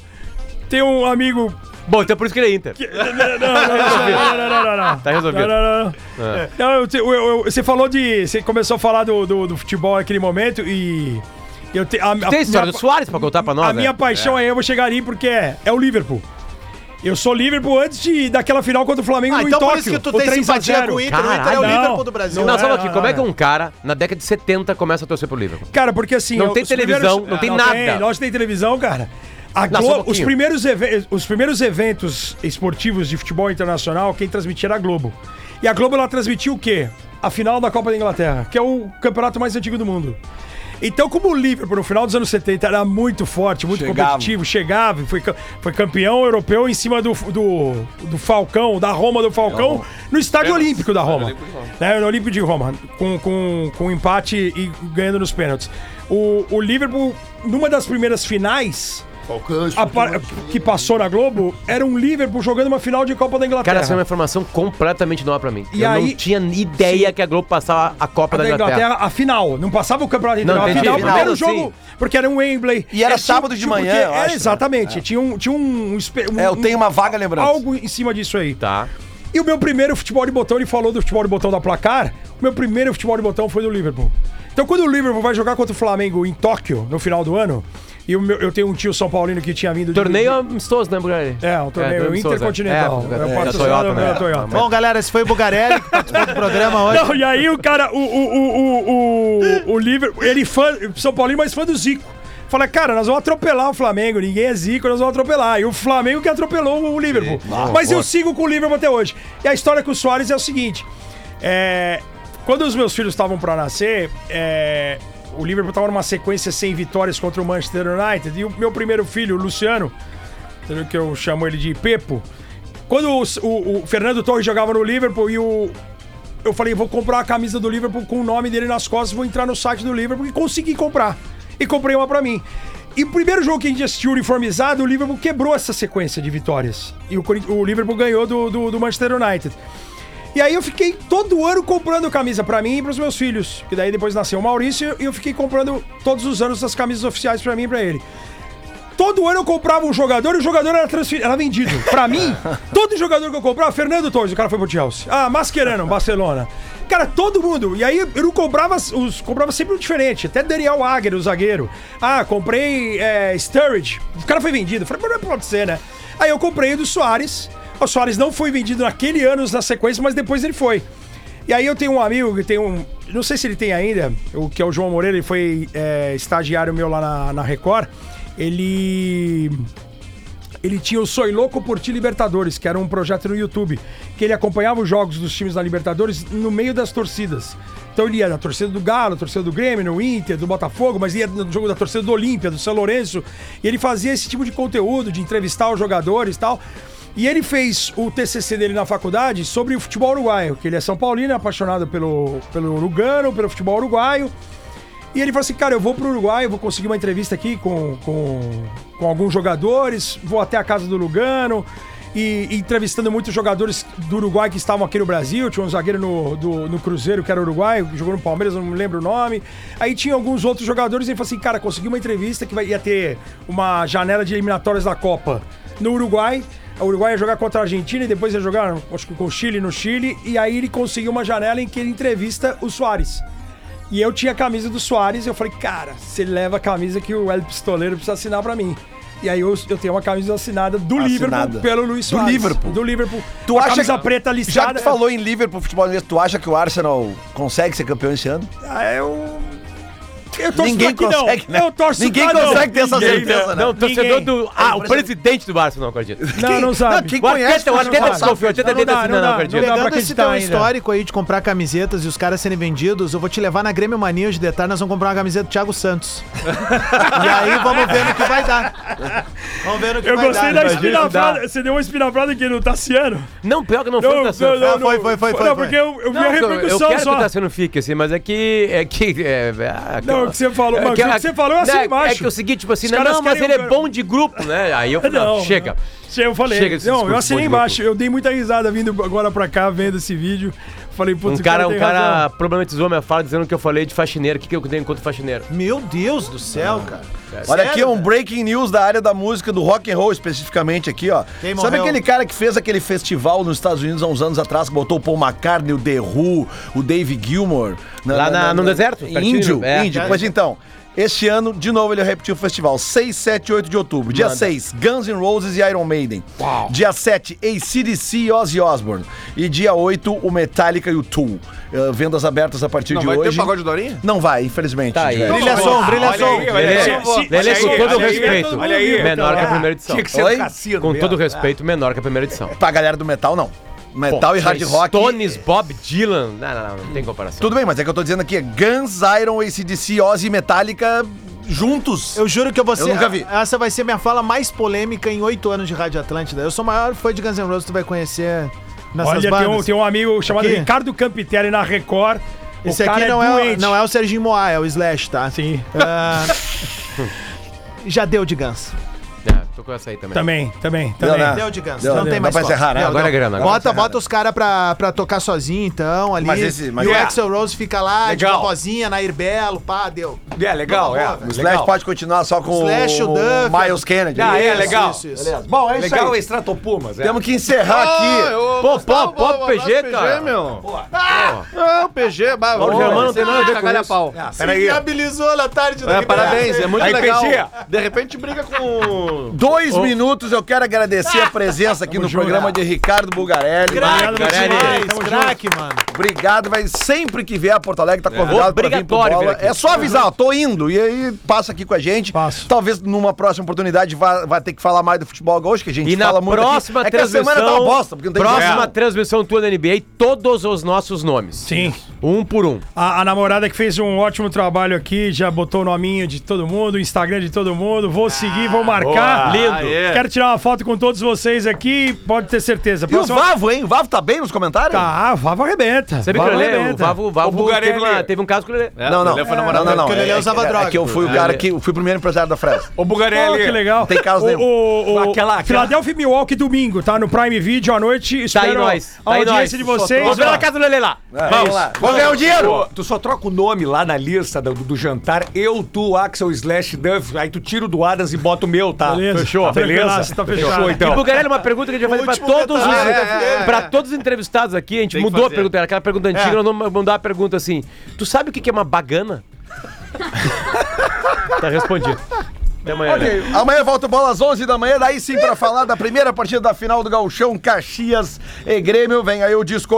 Tem um amigo. Bom, então por isso que ele é Inter. Não, não, não, não, não, não, não, não. Tá resolvido. Não, não, não. É. Não, eu te- eu- eu- você falou de. Você começou a falar do, do, do futebol naquele momento e. Eu te, a, a, Tem a história minha- do Soares pra contar pra nós, A minha né? paixão aí eu vou chegar ali porque é, é o Liverpool. Eu sou Liverpool antes de, daquela final contra o Flamengo Ah, no então por Tóquio. isso que tu o tem 3 a simpatia 0. com o Inter, o Inter é o Caralho, não. Liverpool do Brasil. Não, Não, só não, aqui, não, como é que não. um cara, na década de 70, começa a torcer pro Liverpool? Cara, porque assim. Não eu- tem os televisão, primeiros- não tem nada. Tem, lógico que tem televisão, cara. A Não, só um Globo, os, pouquinho. primeiros eve- os primeiros eventos esportivos de futebol internacional, quem transmitia era a Globo. E a Globo ela transmitiu o quê? A final da Copa da Inglaterra, que é o campeonato mais antigo do mundo. Então, como o Liverpool no final dos anos 70 era muito forte, muito Chegava. competitivo, chegava, foi, ca- foi campeão europeu em cima do, do, do Falcão, da Roma do É, Falcão, no Estádio Olímpico da Roma. Né, no Olímpico de Roma, com, com, com empate e ganhando nos pênaltis. O, o Liverpool, numa das primeiras finais. a par- que passou na Globo, era um Liverpool jogando uma final de Copa da Inglaterra. Cara, essa é uma informação completamente nova pra mim. E eu aí- não tinha ideia que a Globo passava a Copa Copa da Inglaterra. a final. Não passava o campeonato Não, inteiro. a entendi. final, o Final, primeiro sim. jogo, porque era um Wembley. E era É, sábado de manhã, porque eu era acho, né? exatamente. Tinha um. Tinha um, espe- um- É, eu tenho uma vaga lembrança. Algo em cima disso aí. Tá. E o meu primeiro futebol de botão, ele falou do futebol de botão da placar. O meu primeiro futebol de botão foi do Liverpool. Então, quando o Liverpool vai jogar contra o Flamengo em Tóquio, no final do ano, e o meu- eu tenho um tio São Paulino que tinha vindo de- Torneio amistoso, né, Bugarelli? É, um torneio amistoso, intercontinental. É, É é, o é, da patrocinador Toyota, né? da Toyota. Bom, galera, esse foi o Bugarelli que participou do programa hoje. Não, e é aí o cara, o, o, o, o, o, o Liverpool, ele fã, São Paulino, mas fã do Zico. Fala, cara, nós vamos atropelar o Flamengo, ninguém é zico, nós vamos atropelar. E o Flamengo que atropelou o Liverpool. Ah, Mas eu boa. sigo com o Liverpool até hoje. E a história com o Soares é o seguinte: é, quando os meus filhos estavam para nascer, é, o Liverpool estava numa sequência sem vitórias contra o Manchester United. E o meu primeiro filho, o Luciano, que eu chamo ele de Pepo, quando o, o- o Fernando Torres jogava no Liverpool e o. Eu falei, vou comprar a camisa do Liverpool com o nome dele nas costas, vou entrar no site do Liverpool e consegui comprar. E comprei uma pra mim. E o primeiro jogo que a gente assistiu uniformizado, o Liverpool quebrou essa sequência de vitórias. E o, Corin- o Liverpool ganhou do, do, do Manchester United. E aí eu fiquei todo ano comprando camisa pra mim e pros meus filhos. E daí depois nasceu o Maurício e eu fiquei comprando todos os anos as camisas oficiais pra mim e pra ele. Todo ano eu comprava um jogador e o jogador era transferido, era vendido. Pra mim, todo jogador que eu comprava, Fernando Torres, o cara foi pro Chelsea. Ah, Mascherano, Barcelona. Cara, todo mundo. E aí eu não comprava os comprava sempre um diferente. Até Daniel Agger, o zagueiro. Ah, comprei é, Sturridge. O cara foi vendido. Falei, mas não pode ser, né? Aí eu comprei o do Soares. O Soares não foi vendido naquele ano na sequência, mas depois ele foi. E aí eu tenho um amigo que tem um. Não sei se ele tem ainda, o que é o João Moreira, ele foi é, estagiário meu lá na, na Record. Ele. Ele tinha o Soy Louco por Ti Libertadores, que era um projeto no YouTube, que ele acompanhava os jogos dos times da Libertadores no meio das torcidas. Então ele ia na torcida do Galo, torcida do Grêmio, no Inter, do Botafogo, mas ia no jogo da torcida do Olímpia, do São Lourenço, e ele fazia esse tipo de conteúdo, de entrevistar os jogadores e tal. E ele fez o TCC dele na faculdade sobre o futebol uruguaio, que ele é São Paulino, é apaixonado pelo, pelo Lugano, pelo futebol uruguaio. E ele falou assim, cara, eu vou pro Uruguai, eu vou conseguir uma entrevista aqui com, com, com alguns jogadores, vou até a casa do Lugano, e, e entrevistando muitos jogadores do Uruguai que estavam aqui no Brasil. Tinha um zagueiro no, do- no Cruzeiro que era uruguaio, que jogou no Palmeiras, eu não me lembro o nome. Aí tinha alguns outros jogadores e ele falou assim, cara, consegui uma entrevista que vai, ia ter uma janela de eliminatórias da Copa no Uruguai. O Uruguai ia jogar contra a Argentina e depois ia jogar acho que com o Chile no Chile. E aí ele conseguiu uma janela em que ele entrevista o Soares. E eu tinha a camisa do Soares e eu falei, cara, você leva a camisa que o El Pistoleiro precisa assinar pra mim. E aí eu, eu tenho uma camisa assinada do Assinada. Liverpool pelo Luiz Do Soares. Liverpool. Do Liverpool. Tu a acha camisa que- preta listada. Já que tu falou em Liverpool futebol inglês, tu acha que o Arsenal consegue ser campeão esse ano? Ah, eu... Eu torço Ninguém pra que não. consegue, né? Eu torço Ninguém pra não. consegue ter essa Ninguém, certeza, né? Não, o torcedor Ninguém. É, do. Ah, o presidente do Barcelona não acredita. Não, não sabe. o Arteta, o Arteta desconfiou, o Arteta Não, não tenta dá, assinar, não não dá, acredita. não dá pra Pegando esse teu acreditar ainda. histórico aí de comprar camisetas e os caras serem vendidos, eu vou te levar na Grêmio Mania hoje de detalhe, nós vamos comprar uma camiseta do Thiago Santos. e aí vamos ver no que vai dar. Vamos ver no que Eu vai gostei dar. da espinafrada. Você deu uma espinafrada aqui no Tassiano? Não, pior que não foi o Tassiano. não, Ah, foi, não. foi, foi, foi, Não, foi. porque eu, eu vi a Não, eu- Eu repercussão quero que só. o Tassiano fique, assim, mas é que. É que é, é, Não, o que você falou, mas o que você falou, eu assino né, É embaixo. que é o seguinte, tipo assim, Os não, caras não, mas querem ele é o- bom de grupo, né? Aí eu falei, não, chega. Sim, Eu falei. Chega desse não, discurso eu bom assinei de embaixo. Eu dei muita risada vindo agora pra cá, vendo esse vídeo. Falei, putz, Um cara, um o tem cara razão. problematizou minha fala dizendo que eu falei de faxineiro. O que, que eu tenho contra faxineiro? Meu Deus do céu, cara. Olha Sério, aqui um breaking news da área da música do rock and roll especificamente aqui, ó. Quem Sabe morreu? aquele cara que fez aquele festival nos Estados Unidos há uns anos atrás que botou o Paul McCartney, o The Who, o Dave Gilmour Lá na- no deserto, pertinho, Índio, é. índio. Pois então, este ano de novo ele repetiu o festival, 6, 7 e 8 de outubro. Dia Manda. 6, Guns N' Roses e Iron Maiden. Dia 7, ACDC e Ozzy Osbourne. E dia 8, o Metallica e o Tool. Eh, vendas abertas a partir Não de vai ter hoje. pagode do Dorinha? Não vai, infelizmente. Tá aí. Diego. Brilha Não, som, ah, brilha olha som. aí, olha aí. Lelê, Só vou- Lelê, olha com aí, todo olha aí, respeito. olha aí, Menor então. que a É, primeira edição. Tinha que ser um Oi? do cassino Com todo mesmo. ah. respeito, menor que a primeira edição. Pra galera do metal, não. Metal Pô, e hard tinha rock. Stones, Bob Dylan. Não, não, não, não tem comparação. Tudo bem, mas é que eu tô dizendo aqui: é Guns, Iron, ACDC, Ozzy e Metallica juntos. Eu juro que eu vou ser. Eu nunca vi. Essa vai ser minha fala mais polêmica em oito anos de Rádio Atlântida. Eu sou o maior fã de Guns N' Roses, tu vai conhecer nessas Olha, bandas. tem um, tem um amigo chamado Aqui. Ricardo Campitelli na Record. O Esse cara aqui não é, doente. não é o Serginho Moá, é o Slash, tá? Sim. já deu de Guns. É, tô com essa aí também. Também, também, Deu, também. né? Deu de Guns. não tem mais foto. Deu, Agora é deu. grana. Bota, bota os caras pra, pra tocar sozinho, então, ali. Mas esse- mas e o é. Axel Rose fica lá, Legal. de bobozinha, Nair Belo, pá, deu. É, legal, é. O Slash pode continuar só com Slash, o Duff. Miles Kennedy. Ah, é, legal. Isso, isso. Beleza. Bom, é isso Legal aí. o é. Estratopumas, Temos que encerrar aqui. Pô, pô, pô, PG, PG, cara. meu. Não, PG, bah, Mauro Germano não tem nada a ver com Cagalha isso. pau. Ah, Se peraí. viabilizou na tarde É, parabéns, é muito Aí, legal. PG. De repente briga com... Dois minutos, eu quero agradecer a presença aqui no programa de Ricardo Bugarelli. Craque, Bugarelli. Tamo Craque, mano. Obrigado, vai sempre que vier a Porto Alegre, tá É. convidado pra vir pro Obrigatório bola. vir aqui. Uhum. É só avisar, ó, tô tô indo. E aí passa aqui com a gente. Talvez numa próxima oportunidade vá, vá ter que falar mais do futebol gaúcho, que a gente E na fala muito. aqui. próxima é que a transmissão. semana tá uma bosta, porque não tem próxima jogo. transmissão tua da NBA, todos os nossos nomes. Sim. Um por um. A, a namorada que fez um ótimo trabalho aqui, já botou o nominho de todo mundo, o Instagram de todo mundo. Vou seguir, vou boa. marcar. Lindo. Aê. Quero tirar uma foto com todos vocês aqui, pode ter certeza. E o Vavo, hein? O Vavo tá bem nos comentários? Tá, o Vavo arrebenta. Sabe que Vavo o Lelê, o arrebenta. Vavo, o Vavo teve, uma- teve um caso com o Lelê. Não, não. não, não, não. Porque o Lelê É- usava é- droga. É que eu fui o cara que. eu Fui o primeiro empresário da Fresa. Ô, é Oh, que legal. Tem caso o, nenhum. O, o, Aquela- aquela- Philadelphia e Milwaukee domingo, tá? No Prime Video à noite. Tá aí Espero nós. A Tá aí nós. audiência de vocês. Vamos ver ó. na casa do Lelê lá. Vamos lá. Vamos ganhar o dinheiro. Pô, Tu só troca o nome lá na lista do, do jantar. Eu, tu, Axel, Slash, Duff. Aí tu tira o do Adams e bota o meu, tá? Beleza. Fechou. Tá beleza? tranquilaço, tá fechado. então. E Bugarelli, uma pergunta que a gente vai fazer pra Último todos, os, detalhe, é, é, é. pra todos os entrevistados aqui. A gente Tem que mudou a fazer. pergunta. Era aquela pergunta antiga, É. nós vamos mandar a pergunta assim. Tu sabe o que que é uma bagana? tá respondido. Até amanhã. Ok, Lelê. amanhã volta o bola às 11 da manhã, daí sim pra falar da primeira partida da final do Gauchão Caxias e Grêmio. Vem aí o disco